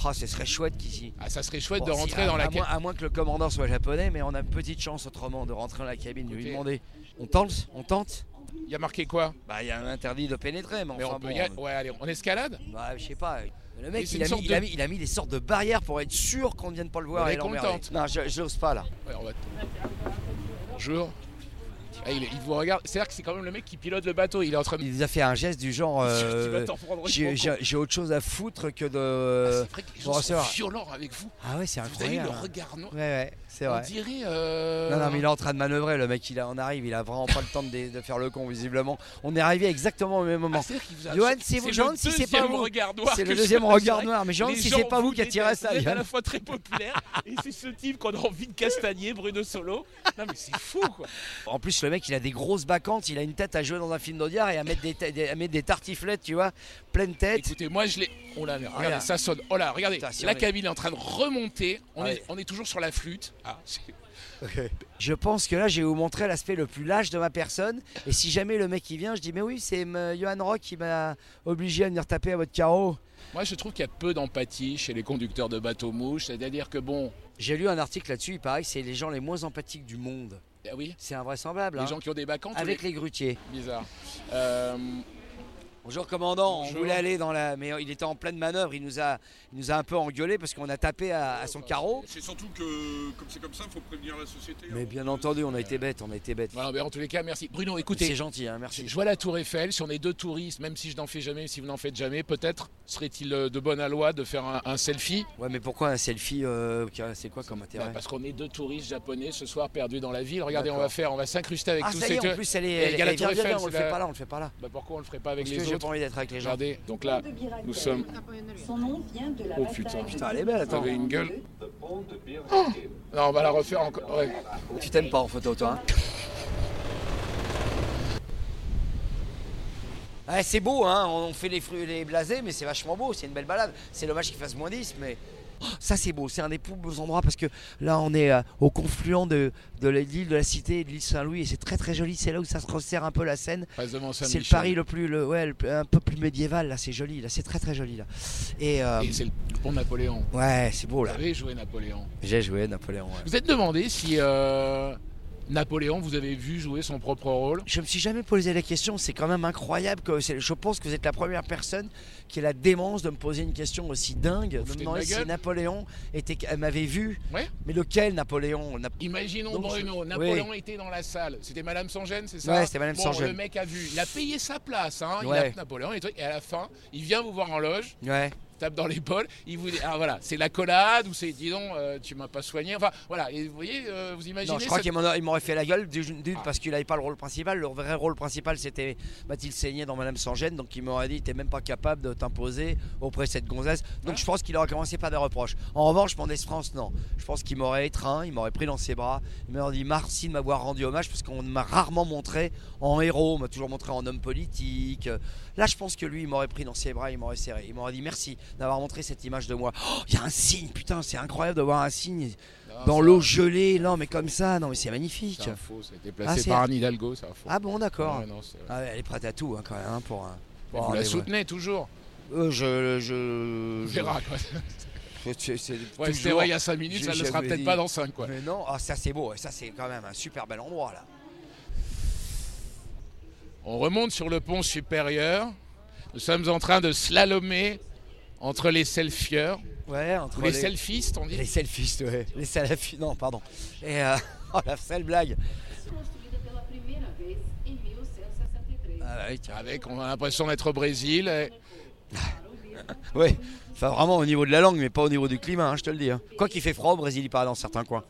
Speaker 3: Oh, ce serait chouette qu'ici.
Speaker 1: Ah, ça serait chouette
Speaker 3: Bon,
Speaker 1: de
Speaker 3: si,
Speaker 1: rentrer
Speaker 3: à-
Speaker 1: dans la
Speaker 3: à moins,
Speaker 1: cabine.
Speaker 3: à moins que le commandant soit japonais, mais on a petite chance autrement de rentrer dans la cabine, de lui
Speaker 1: Écoutez.
Speaker 3: demander. On tente On tente
Speaker 1: Il y a marqué quoi
Speaker 3: Bah, il y a un interdit de pénétrer, mais,
Speaker 1: Mais
Speaker 3: enfin
Speaker 1: on peut
Speaker 3: bon,
Speaker 1: y aller. Ouais, allez, on escalade
Speaker 3: euh, bah, je sais pas. Le
Speaker 1: Mais
Speaker 3: mec,
Speaker 1: c'est
Speaker 3: il a,
Speaker 1: une
Speaker 3: mis,
Speaker 1: sorte
Speaker 3: il, a
Speaker 1: de-
Speaker 3: mis, il a mis des sortes de barrières pour être sûr qu'on ne vienne pas le voir
Speaker 1: On
Speaker 3: et
Speaker 1: est
Speaker 3: l'emmerder.
Speaker 1: contente.
Speaker 3: Non, je j'ose pas là.
Speaker 1: Ouais, on va. Bonjour. Ah, il, il vous regarde. C'est-à-dire que c'est quand même le mec qui pilote le bateau. Il est en train de.
Speaker 3: Il nous a fait un geste du genre. euh,
Speaker 1: Tu vas t'en prendre
Speaker 3: j'ai-
Speaker 1: une Ah,
Speaker 3: J'ai j'ai autre chose à foutre que de.
Speaker 1: C'est vrai que les
Speaker 3: euh, bon,
Speaker 1: gens
Speaker 3: c'est
Speaker 1: sont
Speaker 3: vrai.
Speaker 1: violents avec vous.
Speaker 3: Ah ouais, c'est
Speaker 1: Vous avez vu
Speaker 3: incroyable.
Speaker 1: le
Speaker 3: hein.
Speaker 1: regard noir
Speaker 3: Ouais, ouais, c'est
Speaker 1: On
Speaker 3: vrai.
Speaker 1: dirait. euh,
Speaker 3: Non, non, mais il est en train de manœuvrer, le mec, il a- on arrive, il a vraiment pas le temps de, de faire le con, visiblement. On est arrivé exactement au même moment.
Speaker 1: Ah, c'est-à-dire qu'il vous a-
Speaker 3: Johan, c'est vous,
Speaker 1: le
Speaker 3: Johan, si c'est pas
Speaker 1: deuxième
Speaker 3: vous.
Speaker 1: regard noir
Speaker 3: C'est le
Speaker 1: que je-
Speaker 3: deuxième regard
Speaker 1: c'est
Speaker 3: noir, mais je me
Speaker 1: Les
Speaker 3: demande si
Speaker 1: gens
Speaker 3: c'est pas vous
Speaker 1: vous
Speaker 3: qui a tiré
Speaker 1: détestent.
Speaker 3: ça.
Speaker 1: Vous êtes à
Speaker 3: Yann.
Speaker 1: la fois très populaire et c'est ce type qu'on a envie de castagner, Bruno Solo. Non mais c'est fou quoi.
Speaker 3: En plus, le mec, il a des grosses bacchantes, il a une tête à jouer dans un film d'Audiard et à mettre des, ta- des- à mettre des tartiflettes, tu vois, pleine tête.
Speaker 1: Écoutez, moi je l'ai. Oh là, mais regardez,
Speaker 3: Voilà.
Speaker 1: ça sonne. Oh là, regardez,
Speaker 3: Putain, si
Speaker 1: la
Speaker 3: on est-
Speaker 1: cabine est en train de remonter. On,
Speaker 3: Ouais.
Speaker 1: est, on est toujours sur la flûte. Ah, c'est-
Speaker 3: Je pense que là, je vais vous montrer l'aspect le plus lâche de ma personne. Et si jamais le mec il vient, je dis Mais oui, c'est euh, Johan Rock qui m'a obligé à venir taper à votre carreau.
Speaker 1: Moi je trouve qu'il y a peu d'empathie chez les conducteurs de bateaux mouches. C'est-à-dire que bon,
Speaker 3: J'ai lu un article là-dessus, il paraît que c'est les gens les moins empathiques du monde.
Speaker 1: ah oui,
Speaker 3: C'est invraisemblable.
Speaker 1: les
Speaker 3: hein.
Speaker 1: gens qui ont des bacchantes, tous
Speaker 3: Avec les grutiers.
Speaker 1: les... bizarre. Euh,
Speaker 3: Bonjour commandant, on
Speaker 1: Bonjour.
Speaker 3: voulait aller dans la. Mais il était en pleine manœuvre, il nous a, il nous a un peu engueulé parce qu'on a tapé à, à son carreau.
Speaker 8: C'est surtout que, comme c'est comme ça, il faut prévenir la société.
Speaker 3: Mais bien entendu, on a été bête, on a été bête.
Speaker 1: voilà, mais en tous les cas, merci. Bruno, écoutez,
Speaker 3: C'est gentil, hein, merci.
Speaker 1: Si je vois la Tour Eiffel, si on est deux touristes, même si je n'en fais jamais, si vous n'en faites jamais, peut-être serait-il euh, de bonne loi de faire un, un selfie
Speaker 3: Ouais, mais pourquoi un selfie euh, qui a- C'est quoi comme
Speaker 1: Bah,
Speaker 3: intérêt
Speaker 1: Parce qu'on est deux touristes japonais ce soir perdus dans la ville. Regardez, on
Speaker 3: D'accord.
Speaker 1: va faire, on va s'incruster avec
Speaker 3: Ah,
Speaker 1: tous
Speaker 3: ça y
Speaker 1: ces
Speaker 3: est, en
Speaker 1: deux-
Speaker 3: plus, elle est.
Speaker 1: Et il y a
Speaker 3: elle-
Speaker 1: la
Speaker 3: elle-
Speaker 1: Tour
Speaker 3: viens, viens,
Speaker 1: Eiffel,
Speaker 3: on le
Speaker 1: c'est
Speaker 3: fait
Speaker 1: la-
Speaker 3: pas là, on le fait pas là.
Speaker 1: Bah, pourquoi on le ferait pas avec
Speaker 3: Parce que
Speaker 1: les
Speaker 3: j'ai pas
Speaker 1: autres
Speaker 3: envie d'être avec les gens.
Speaker 1: Regardez, donc là, nous sommes.
Speaker 9: Son nom vient de la
Speaker 1: Oh,
Speaker 9: bataille
Speaker 1: putain.
Speaker 9: de-
Speaker 3: Putain, elle est belle,
Speaker 1: Vous
Speaker 3: attends.
Speaker 1: avez une gueule. Non, on va la refaire encore. ouais.
Speaker 3: Tu t'aimes pas en photo, toi hein Ouais, c'est beau, hein. On on fait les, fruits, les blasés, mais c'est vachement beau. C'est une belle balade. C'est dommage qu'il fasse moins 10, mais. Oh, Ça c'est beau, c'est un des plus beaux endroits parce que là on est euh, au confluent de, de l'île de la Cité et de l'île Saint-Louis et c'est très très joli, c'est là où ça se resserre un peu la Seine
Speaker 1: Passe devant
Speaker 3: C'est
Speaker 1: Saint-Michel.
Speaker 3: le Paris le plus, le, ouais, le plus- un peu plus médiéval, là c'est joli, là c'est très très joli là. Et euh,
Speaker 1: Et c'est le pont Napoléon.
Speaker 3: ouais, c'est beau
Speaker 1: Vous
Speaker 3: là.
Speaker 1: avez joué Napoléon.
Speaker 3: J'ai joué Napoléon. ouais.
Speaker 1: Vous êtes demandé si euh, Napoléon, vous avez vu jouer son propre rôle
Speaker 3: Je me suis jamais posé la question, c'est quand même incroyable que c'est- je pense que vous êtes la première personne qui ait la démence de me poser une question aussi dingue, de
Speaker 1: foutez
Speaker 3: me
Speaker 1: de
Speaker 3: demander
Speaker 1: ma
Speaker 3: si
Speaker 1: gueule
Speaker 3: Napoléon était elle m'avait vu.
Speaker 1: Ouais.
Speaker 3: Mais lequel Napoléon Nap-
Speaker 1: Imaginons
Speaker 3: Donc,
Speaker 1: Bruno,
Speaker 3: je-
Speaker 1: Napoléon était dans la salle. C'était Madame Sangène, c'est ça
Speaker 3: Ouais, c'était Madame
Speaker 1: Bon,
Speaker 3: Sangène.
Speaker 1: Le mec a vu, il a payé sa place, hein. Il
Speaker 3: Ouais.
Speaker 1: a Napoléon et, trucs. et à la fin, il vient vous voir en loge,
Speaker 3: Ouais.
Speaker 1: tape dans l'épaule, il vous dit, ah voilà, c'est la collade ou c'est, dis donc, euh, tu m'as pas soigné. Enfin, voilà. Et vous voyez, euh, vous imaginez
Speaker 3: Non, je crois
Speaker 1: cette-
Speaker 3: qu'il m'en a- il m'aurait fait la gueule du- d'une
Speaker 1: Ah.
Speaker 3: parce qu'il n'avait pas le rôle principal. Le vrai rôle principal c'était Mathilde Seigné dans Madame Sangène, donc il m'aurait dit t'es même pas capable de t'imposer auprès de cette gonzesse. Donc je pense qu'il aurait commencé par des reproches. En revanche, mon France, non. Je pense qu'il m'aurait étreint, il m'aurait pris dans ses bras, il m'aurait dit merci de m'avoir rendu hommage parce qu'on m'a rarement montré en héros, on m'a toujours montré en homme politique. Là, je pense que lui, il m'aurait pris dans ses bras, il m'aurait serré, il m'aurait dit merci. d'avoir montré cette image de moi. Oh, Il y a un signe, putain, c'est incroyable d'avoir un signe
Speaker 1: Non,
Speaker 3: dans
Speaker 1: Ah, c'est
Speaker 3: l'eau
Speaker 1: un-
Speaker 3: gelée, non mais comme ça, non mais c'est magnifique.
Speaker 1: C'est un faux, ça a été
Speaker 3: Ah,
Speaker 1: placé
Speaker 3: c'est-
Speaker 1: par un Hidalgo, c'est un faux.
Speaker 3: Ah bon, d'accord.
Speaker 1: Ouais, non, c'est-
Speaker 3: Ah ouais, elle est prête à tout hein, quand même hein, pour un.
Speaker 1: Mais
Speaker 3: Bon,
Speaker 1: vous la
Speaker 3: mais
Speaker 1: soutenez toujours.
Speaker 3: ouais. Euh, je, je, je-
Speaker 1: Vera, quoi.
Speaker 3: je- c'est- c'est
Speaker 1: Ouais, c'était
Speaker 3: toujours-
Speaker 1: vrai il y a 5 minutes,
Speaker 3: j'ai
Speaker 1: ça ne le sera
Speaker 3: jamais
Speaker 1: peut-être
Speaker 3: dit.
Speaker 1: pas dans 5, quoi.
Speaker 3: Mais non, ah ça c'est beau, et ça c'est quand même un super bel endroit là.
Speaker 1: On remonte sur le pont supérieur. Nous sommes en train de slalomer entre les selfieurs.
Speaker 3: Ouais, entre
Speaker 1: Ou les selfistes, on dit
Speaker 3: Les selfistes, ouais. Les salafistes, non, pardon. Et euh, oh, la sale blague.
Speaker 10: Construída pela primeira vez em 1163.
Speaker 3: Ah, ouais, tiens.
Speaker 1: Avec, on a l'impression d'être au Brésil. et-
Speaker 3: Ouais. Enfin, vraiment au niveau de la langue, mais pas au niveau du climat, hein, je te le dis. hein. Quoi qu'il fait froid au Brésil, il paraît dans certains coins.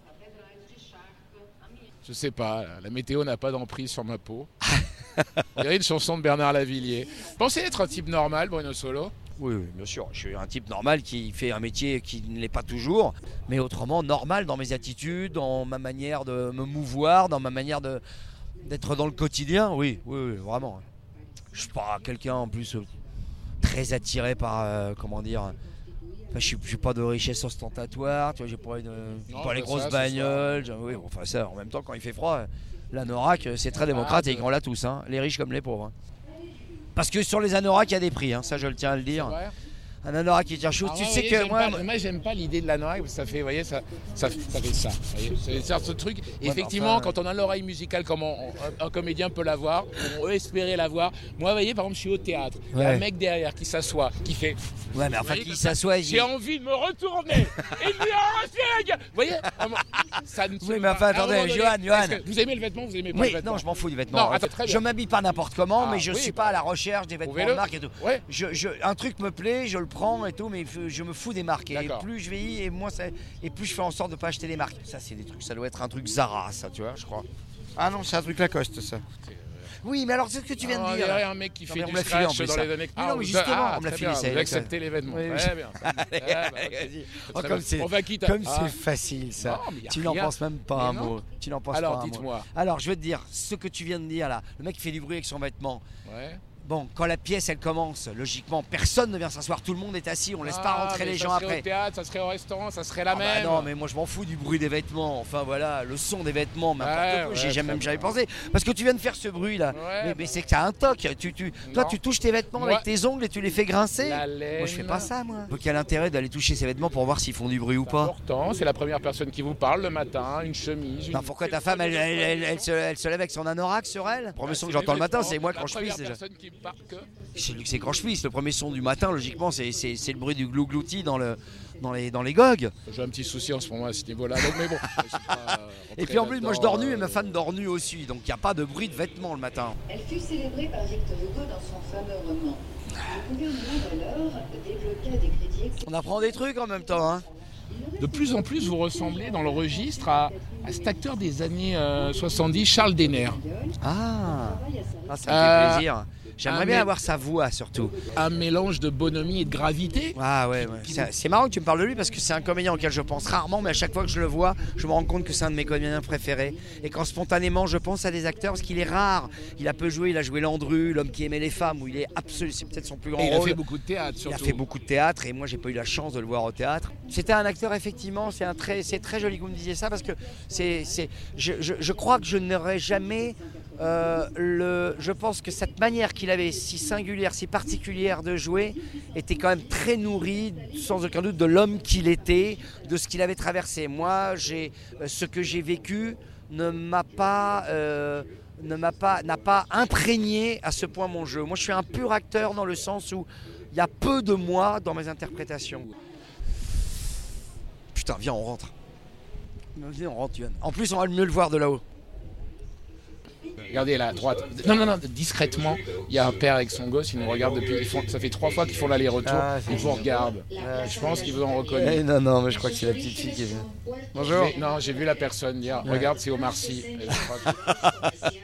Speaker 1: Je sais pas, la- la météo n'a pas d'emprise sur ma peau. On dirait une chanson de Bernard Lavillier. Pensez être un type normal, Bruno Solo
Speaker 3: Oui, oui, bien sûr. Je suis un type normal qui fait un métier qui ne l'est pas toujours, mais autrement normal dans mes attitudes, dans ma manière de me mouvoir, dans ma manière de d'être dans le quotidien. Oui, oui, oui, vraiment. Je suis pas quelqu'un en plus euh, très attiré par euh, comment dire. Enfin, je suis, je suis pas de richesse ostentatoire, tu vois, j'ai pas, une, j'ai
Speaker 1: Non,
Speaker 3: pas les
Speaker 1: bah ça,
Speaker 3: grosses
Speaker 1: ce soir.
Speaker 3: bagnoles. j'ai- Oui, bon, enfin ça, en même temps, quand il fait froid, euh, la Norac, euh,
Speaker 1: Ah,
Speaker 3: c'est très démocratique, on l'a tous, hein, les riches comme les pauvres. hein. Parce que sur les anoraks, il y a des prix, hein, ça je le tiens à le dire. Un anorak qui tient chaud.
Speaker 1: Ah
Speaker 3: tu
Speaker 1: ouais,
Speaker 3: sais
Speaker 1: voyez,
Speaker 3: que
Speaker 1: j'aime
Speaker 3: moi.
Speaker 1: pas- moi, j'aime pas l'idée de l'anorak, parce que ça fait, vous voyez, ça, ça, ça fait ça. vous voyez, ça fait ça, ce truc. Et
Speaker 3: mais
Speaker 1: Effectivement,
Speaker 3: enfin-
Speaker 1: quand on a l'oreille musicale, comme on- on- un comédien peut l'avoir, on peut espérer l'avoir. Moi, vous voyez, par exemple, je suis au théâtre. Il y a
Speaker 3: Ouais.
Speaker 1: un mec derrière qui s'assoit, qui fait
Speaker 3: Ouais, mais enfin, qu'il s'assoit. il-
Speaker 1: J'ai envie de me retourner et de lui arracher la gueule. Vous voyez vraiment, ça ne se
Speaker 3: Oui, mais
Speaker 1: pas.
Speaker 3: enfin,
Speaker 1: À un moment
Speaker 3: attendez,
Speaker 1: donné,
Speaker 3: Johan, Johan.
Speaker 1: est-ce que Vous aimez le vêtement, vous aimez pas le
Speaker 3: Oui,
Speaker 1: vêtement
Speaker 3: non, je m'en fous du vêtement.
Speaker 1: Non, attends, très bien.
Speaker 3: je m'habille pas n'importe comment,
Speaker 1: Ah,
Speaker 3: mais je
Speaker 1: oui,
Speaker 3: suis
Speaker 1: bah,
Speaker 3: pas à la recherche des vêtements
Speaker 1: prouvez-le.
Speaker 3: de marque et tout.
Speaker 1: Ouais.
Speaker 3: Je, je- un truc me plaît, je le prends et tout, mais f- je me fous des marques. Et
Speaker 1: D'accord.
Speaker 3: plus je vieillis, et moins ça, et plus je fais en sorte de pas acheter des marques. Ça, c'est des trucs. Ça doit être un truc Zara, ça, tu vois, je crois. Ah non, c'est un truc Lacoste, ça. Oui, mais alors c'est ce que tu viens
Speaker 1: Ah,
Speaker 3: de
Speaker 1: on
Speaker 3: dire.
Speaker 1: dirait
Speaker 3: là.
Speaker 1: un mec qui
Speaker 3: Non,
Speaker 1: fait
Speaker 3: mais on
Speaker 1: du
Speaker 3: me l'a filé, en
Speaker 1: scratch
Speaker 3: plus,
Speaker 1: dans
Speaker 3: ça.
Speaker 1: les années.
Speaker 3: Mais non, mais
Speaker 1: vous-
Speaker 3: justement,
Speaker 1: ah,
Speaker 3: on me l'a
Speaker 1: très
Speaker 3: filé,
Speaker 1: bien,
Speaker 3: ça,
Speaker 1: Vous
Speaker 3: donc,
Speaker 1: acceptez l'événement.
Speaker 3: Oui, oui.
Speaker 1: Très bien.
Speaker 3: Allez,
Speaker 1: Ah, bah, ok.
Speaker 3: vas-y. Oh,
Speaker 1: Très
Speaker 3: comme
Speaker 1: bien.
Speaker 3: c'est-
Speaker 1: On va quitter.
Speaker 3: Comme
Speaker 1: Ah.
Speaker 3: c'est facile ça.
Speaker 1: Non, mais y a
Speaker 3: tu n'en
Speaker 1: rien.
Speaker 3: penses même pas un
Speaker 1: Mais non.
Speaker 3: mot. Tu n'en penses
Speaker 1: Alors,
Speaker 3: pas un mot.
Speaker 1: dites-moi.
Speaker 3: Alors je veux te dire ce que tu viens de dire là. Le mec qui fait du bruit avec son vêtement.
Speaker 1: Ouais.
Speaker 3: Bon, quand la pièce elle commence, logiquement personne ne vient s'asseoir, tout le monde est assis, on laisse pas
Speaker 1: Ah,
Speaker 3: rentrer
Speaker 1: mais
Speaker 3: les
Speaker 1: ça
Speaker 3: gens
Speaker 1: serait
Speaker 3: après.
Speaker 1: au théâtre, ça serait au restaurant, ça serait la
Speaker 3: Ah bah
Speaker 1: même.
Speaker 3: non mais moi je m'en fous du bruit des vêtements, enfin voilà, le son des vêtements, n'importe
Speaker 1: Ouais,
Speaker 3: quoi,
Speaker 1: ouais,
Speaker 3: j'ai
Speaker 1: très
Speaker 3: jamais,
Speaker 1: bien.
Speaker 3: jamais pensé. Parce que tu viens de faire ce bruit là,
Speaker 1: Ouais,
Speaker 3: mais,
Speaker 1: bah.
Speaker 3: mais c'est que t'as un toc, tu, tu, toi
Speaker 1: Non.
Speaker 3: tu touches tes vêtements
Speaker 1: Moi-
Speaker 3: avec tes ongles et tu les fais grincer.
Speaker 1: La laine. Bah,
Speaker 3: Moi je fais pas ça moi. Donc quel intérêt d'aller toucher ses vêtements pour voir s'ils font du bruit ou pas
Speaker 1: Pourtant, c'est la première personne qui vous parle le matin, une chemise. Une...
Speaker 3: Non, pourquoi ta femme, elle, elle- elle- elle se, elle se lève avec son anorak sur elle Le
Speaker 1: Bah,
Speaker 3: premier son que j'entends le matin, c'est moi quand je
Speaker 1: suis.
Speaker 3: pisse déjà.
Speaker 1: personne qui me parle que.
Speaker 3: C'est c'est quand je pisse. Le premier son du matin, logiquement, c'est c'est- c'est le bruit du glougloutis dans, le, dans, les, dans les gogues.
Speaker 1: J'ai un petit souci en ce moment à ce niveau-là. donc, mais bon, je suis pas, euh,
Speaker 3: Et puis
Speaker 1: rentré
Speaker 3: en plus, moi je
Speaker 1: là-dedans,
Speaker 3: dors nu et ma
Speaker 1: euh,
Speaker 3: femme dort nue aussi. Donc il n'y a pas de bruit de vêtements le matin.
Speaker 11: Elle fut célébrée par Victor Hugo dans son fameux roman. Le gouvernement d'alors débloqua des crédits ex-
Speaker 3: On apprend des trucs en même temps. Hein.
Speaker 1: De plus en plus, vous ressemblez dans le registre à, à cet acteur des années euh, 70, Charles Denner.
Speaker 3: Ah, Ah, ça
Speaker 1: Euh,
Speaker 3: me fait plaisir. J'aimerais
Speaker 1: ah,
Speaker 3: bien
Speaker 1: mais-
Speaker 3: avoir sa voix surtout.
Speaker 1: Un mélange de bonhomie et de gravité.
Speaker 3: Ah ouais, ouais. C'est- c'est marrant que tu me parles de lui parce que c'est un comédien auquel je pense rarement, mais à chaque fois que je le vois, je me rends compte que c'est un de mes comédiens préférés. Et quand spontanément je pense à des acteurs, parce qu'il est rare, il a peu joué, il a joué Landru, L'homme qui aimait les femmes, où il est absolu, c'est peut-être son plus grand
Speaker 1: Et il a
Speaker 3: rôle.
Speaker 1: fait beaucoup de théâtre,
Speaker 3: il
Speaker 1: surtout.
Speaker 3: a fait beaucoup de théâtre et moi j'ai pas eu la chance de le voir au théâtre. C'était un acteur effectivement, c'est un très, c'est très joli que vous me disiez ça parce que c'est, c'est, je, je- je crois que je n'aurais jamais euh, le, je pense que cette manière qu'il avait si singulière, si particulière de jouer était quand même très nourrie sans aucun doute de l'homme qu'il était, de ce qu'il avait traversé. Moi, j'ai, euh, ce que j'ai vécu ne m'a pas euh, ne m'a pas n'a pas imprégné à ce point mon jeu. Moi, je suis un pur acteur dans le sens où il y a peu de moi dans mes interprétations. Putain, viens, on rentre. Viens, on rentre, Yann. En plus, on va mieux le voir de là-haut.
Speaker 1: Regardez là, à droite. Non, non, non, discrètement, il y a un père avec son gosse, ils nous regardent depuis. Ils font, ça fait trois fois qu'ils font l'aller-retour,
Speaker 3: Ah, c'est
Speaker 1: ils vous
Speaker 3: mignon.
Speaker 1: regardent. je pense qu'ils vous ont reconnu.
Speaker 3: Eh, non, non, mais je crois que c'est la petite fille qui est venue. Bonjour.
Speaker 1: Mais Non, j'ai vu la personne dire Regarde, c'est Omar Sy. Et je crois que-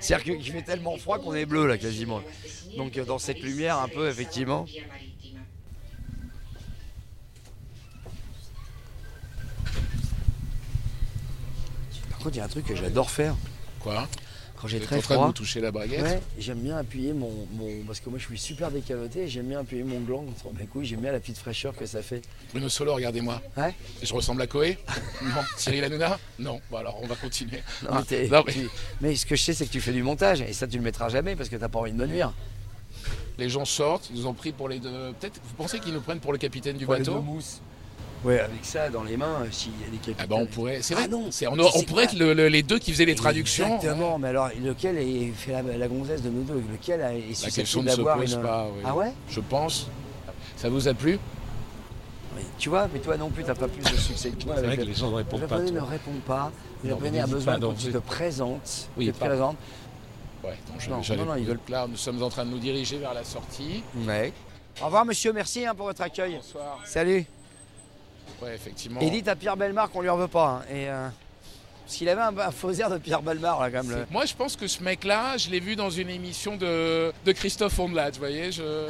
Speaker 3: C'est-à-dire que- qu'il fait tellement froid qu'on est bleu, là, quasiment. Donc, euh, dans cette lumière, un peu, effectivement. Par contre, il y a un truc que j'adore faire.
Speaker 1: Quoi
Speaker 12: quand j'ai
Speaker 1: Vous êtes en
Speaker 12: très
Speaker 1: train de
Speaker 12: froid.
Speaker 1: vous toucher la baguette.
Speaker 3: Ouais, j'aime bien appuyer mon, mon- Parce que moi, je suis super décaloté, j'aime bien appuyer mon gland contre mes couilles, j'aime bien la petite fraîcheur que ça fait.
Speaker 1: Bruno Solo, regardez-moi.
Speaker 3: Ouais.
Speaker 1: Je ressemble à Coé Non. Cyril Hanouna Non. Bon, alors, on va continuer.
Speaker 3: Ah, Non, mais, t'es-
Speaker 1: Non, mais-
Speaker 3: tu- mais ce que je sais, c'est que tu fais du montage, et ça, tu le mettras jamais parce que t'as pas envie de me nuire.
Speaker 1: Les gens sortent, ils nous ont pris pour les deux. Peut-être, vous pensez qu'ils nous prennent pour le capitaine du
Speaker 3: Ouais, le
Speaker 1: bateau
Speaker 3: mousse. Ouais, avec ça dans les mains, euh, s'il y a des capitaines.
Speaker 1: Ah bah, on pourrait. C'est
Speaker 3: Ah
Speaker 1: vrai.
Speaker 3: non,
Speaker 1: c'est- on,
Speaker 3: tu
Speaker 1: on
Speaker 3: sais
Speaker 1: pourrait
Speaker 3: quoi
Speaker 1: être le- le- les deux qui faisaient les traductions.
Speaker 3: Exactement, mais alors lequel est, fait la, la gonzesse de nous deux Lequel a-
Speaker 1: La
Speaker 3: est
Speaker 1: question
Speaker 3: susceptible
Speaker 1: ne se
Speaker 3: d'avoir
Speaker 1: pose
Speaker 3: une.
Speaker 1: pas. oui.
Speaker 3: Ah ouais
Speaker 1: Je pense. Ça vous a plu
Speaker 3: Mais Tu vois, mais toi non plus, t'as pas plus de succès que moi.
Speaker 13: C'est
Speaker 3: avec
Speaker 13: vrai que
Speaker 3: le-
Speaker 13: les gens ne
Speaker 3: Le
Speaker 13: répondent pas.
Speaker 3: japonais ne
Speaker 13: toi.
Speaker 3: répond pas. Le
Speaker 13: Non,
Speaker 3: japonais
Speaker 13: mais
Speaker 3: a
Speaker 13: n'hésite
Speaker 3: besoin
Speaker 13: pas, non,
Speaker 3: que tu
Speaker 13: c'est-
Speaker 3: te présentes.
Speaker 13: Oui,
Speaker 3: tu te
Speaker 13: pardon.
Speaker 3: présentes.
Speaker 1: Ouais, donc je-
Speaker 3: Non,
Speaker 1: j'avais
Speaker 3: non, non, ils
Speaker 1: plus
Speaker 3: veulent-
Speaker 1: de- Là, nous sommes en train de nous diriger vers la sortie.
Speaker 3: Au revoir, monsieur. Merci hein, pour votre accueil.
Speaker 1: Bonsoir.
Speaker 3: Salut.
Speaker 1: Ouais, effectivement.
Speaker 3: Et dites à Pierre Belmar qu'on lui en veut pas. hein. Et, euh, parce qu'il avait un, un faux air de Pierre Belmar, là, quand même. le-
Speaker 1: Moi, je pense que ce mec-là, je l'ai vu dans une émission de, de Christophe Ondelat, vous voyez. Je...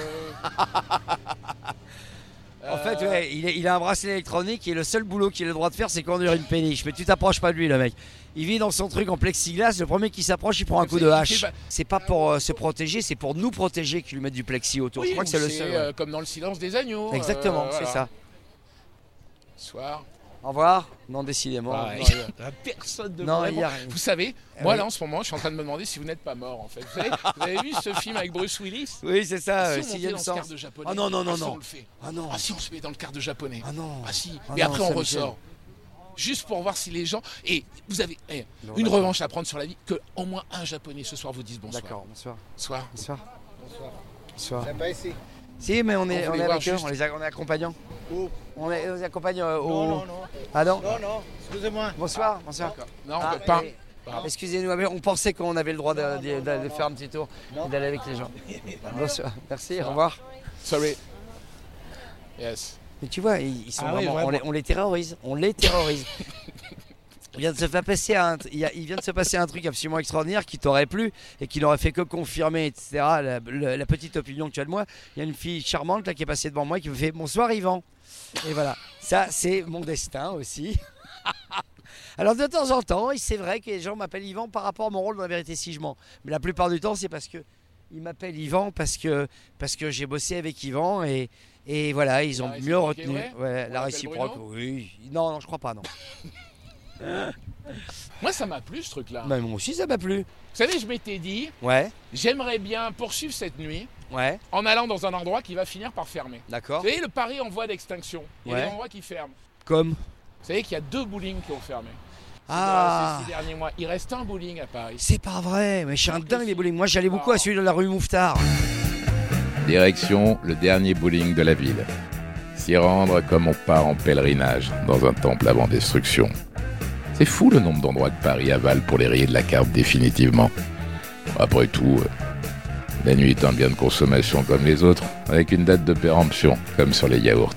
Speaker 3: En fait, ouais, il, est- il a un bracelet électronique et le seul boulot qu'il a le droit de faire, c'est conduire une péniche. Mais tu t'approches pas de lui, le mec. Il vit dans son truc en plexiglas. Le premier qui s'approche, il prend un coup de
Speaker 1: C'est-
Speaker 3: hache.
Speaker 1: c'est pas-
Speaker 3: C'est pas pour euh, se protéger, c'est pour nous protéger qu'ils lui mettent du plexi autour.
Speaker 1: Oui,
Speaker 3: Je crois que c'est le seul. ouais.
Speaker 1: euh, comme dans le silence des agneaux.
Speaker 3: Exactement,
Speaker 1: euh,
Speaker 3: c'est
Speaker 1: voilà.
Speaker 3: ça.
Speaker 1: Soir.
Speaker 3: Au revoir. Non, décidément.
Speaker 1: Pareil. Personne de
Speaker 3: Non,
Speaker 1: moi.
Speaker 3: il y a rien.
Speaker 1: Vous savez,
Speaker 3: Eh
Speaker 1: moi
Speaker 3: oui.
Speaker 1: là en ce moment, je suis en train de me demander si vous n'êtes pas mort en fait. Vous savez, vous avez vu ce film avec Bruce Willis
Speaker 3: Oui, c'est ça,
Speaker 1: Ah, Si on
Speaker 3: euh,
Speaker 1: montait
Speaker 3: sixième
Speaker 1: dans ce quart
Speaker 3: sens.
Speaker 1: de japonais.
Speaker 3: Ah non, non, non,
Speaker 1: ah, ça,
Speaker 3: non.
Speaker 1: on le fait.
Speaker 3: Ah non.
Speaker 1: Ah si on se met dans le quart de japonais.
Speaker 3: Ah non.
Speaker 1: Ah si,
Speaker 3: Ah
Speaker 1: mais
Speaker 3: non,
Speaker 1: après on
Speaker 3: ça me
Speaker 1: ressort. Juste pour voir si les gens. Et vous avez eh,
Speaker 3: Non,
Speaker 1: une
Speaker 3: d'accord.
Speaker 1: revanche à prendre sur la vie, que au moins un japonais ce soir vous dise bonsoir.
Speaker 3: D'accord, bonsoir.
Speaker 1: Soir.
Speaker 3: Bonsoir. Bonsoir. pas ici. Si, mais on
Speaker 1: On
Speaker 3: est, on
Speaker 1: voulait
Speaker 3: est
Speaker 1: voir
Speaker 3: avec eux,
Speaker 1: juste-
Speaker 3: on les, a- on est accompagnants. On les, on les accompagne euh, au.
Speaker 13: non.
Speaker 3: Ah non
Speaker 13: non, excusez-moi.
Speaker 3: Bonsoir, bonsoir.
Speaker 1: Non,
Speaker 3: Ah,
Speaker 1: on peut pas.
Speaker 3: et-
Speaker 1: Pardon.
Speaker 3: Excusez-nous, mais on pensait qu'on avait le droit de, de- de- de faire un petit tour et d'aller avec les gens. Bonsoir, merci, au revoir.
Speaker 1: Sorry. Yes.
Speaker 3: Mais tu vois, ils, ils sont
Speaker 13: Ah oui,
Speaker 3: vraiment,
Speaker 13: vraiment.
Speaker 3: On, les, on les terrorise, on les terrorise. Il vient, de se faire passer un, il, y a- il vient de se passer un truc absolument extraordinaire qui t'aurait plu et qui n'aurait fait que confirmer, etc. La, le- la petite opinion que tu as de moi. Il y a une fille charmante là qui est passée devant moi qui me fait bonsoir Yvan. Et voilà, ça c'est mon destin aussi. Alors de temps en temps, et c'est vrai que les gens m'appellent Yvan par rapport à mon rôle dans la vérité si je mens. Mais la plupart du temps, c'est parce que ils m'appellent Yvan parce que parce que j'ai bossé avec Yvan et et voilà, ils ont
Speaker 1: La
Speaker 3: mieux
Speaker 1: réciproque est vraie
Speaker 3: retenu Ouais,
Speaker 1: On
Speaker 3: la
Speaker 1: l'appelle
Speaker 3: réciproque. Oui, non, non, je crois pas non.
Speaker 1: Moi ça m'a plu ce truc là.
Speaker 3: Mais moi aussi ça m'a plu.
Speaker 1: Vous savez, je m'étais dit,
Speaker 3: Ouais,
Speaker 1: j'aimerais bien poursuivre cette nuit
Speaker 3: ouais,
Speaker 1: en allant dans un endroit qui va finir par fermer.
Speaker 3: d'accord.
Speaker 1: Vous savez, le Paris en voie d'extinction. Il y a
Speaker 3: Ouais.
Speaker 1: des endroits qui ferment.
Speaker 3: Comme
Speaker 1: Vous savez qu'il y a deux bowling qui ont fermé.
Speaker 3: ah.
Speaker 1: Ces six derniers mois. Il reste un bowling à Paris.
Speaker 3: C'est pas vrai, mais je suis un dingue des bowling. Moi j'allais beaucoup
Speaker 1: Ah.
Speaker 3: à celui de la rue Mouffetard.
Speaker 11: Direction le dernier bowling de la ville. S'y rendre comme on part en pèlerinage dans un temple avant destruction. C'est fou le nombre d'endroits que Paris avale pour les rayer de la carte définitivement. Après tout, euh, la nuit est un bien de consommation comme les autres, avec une date de péremption, comme sur les yaourts.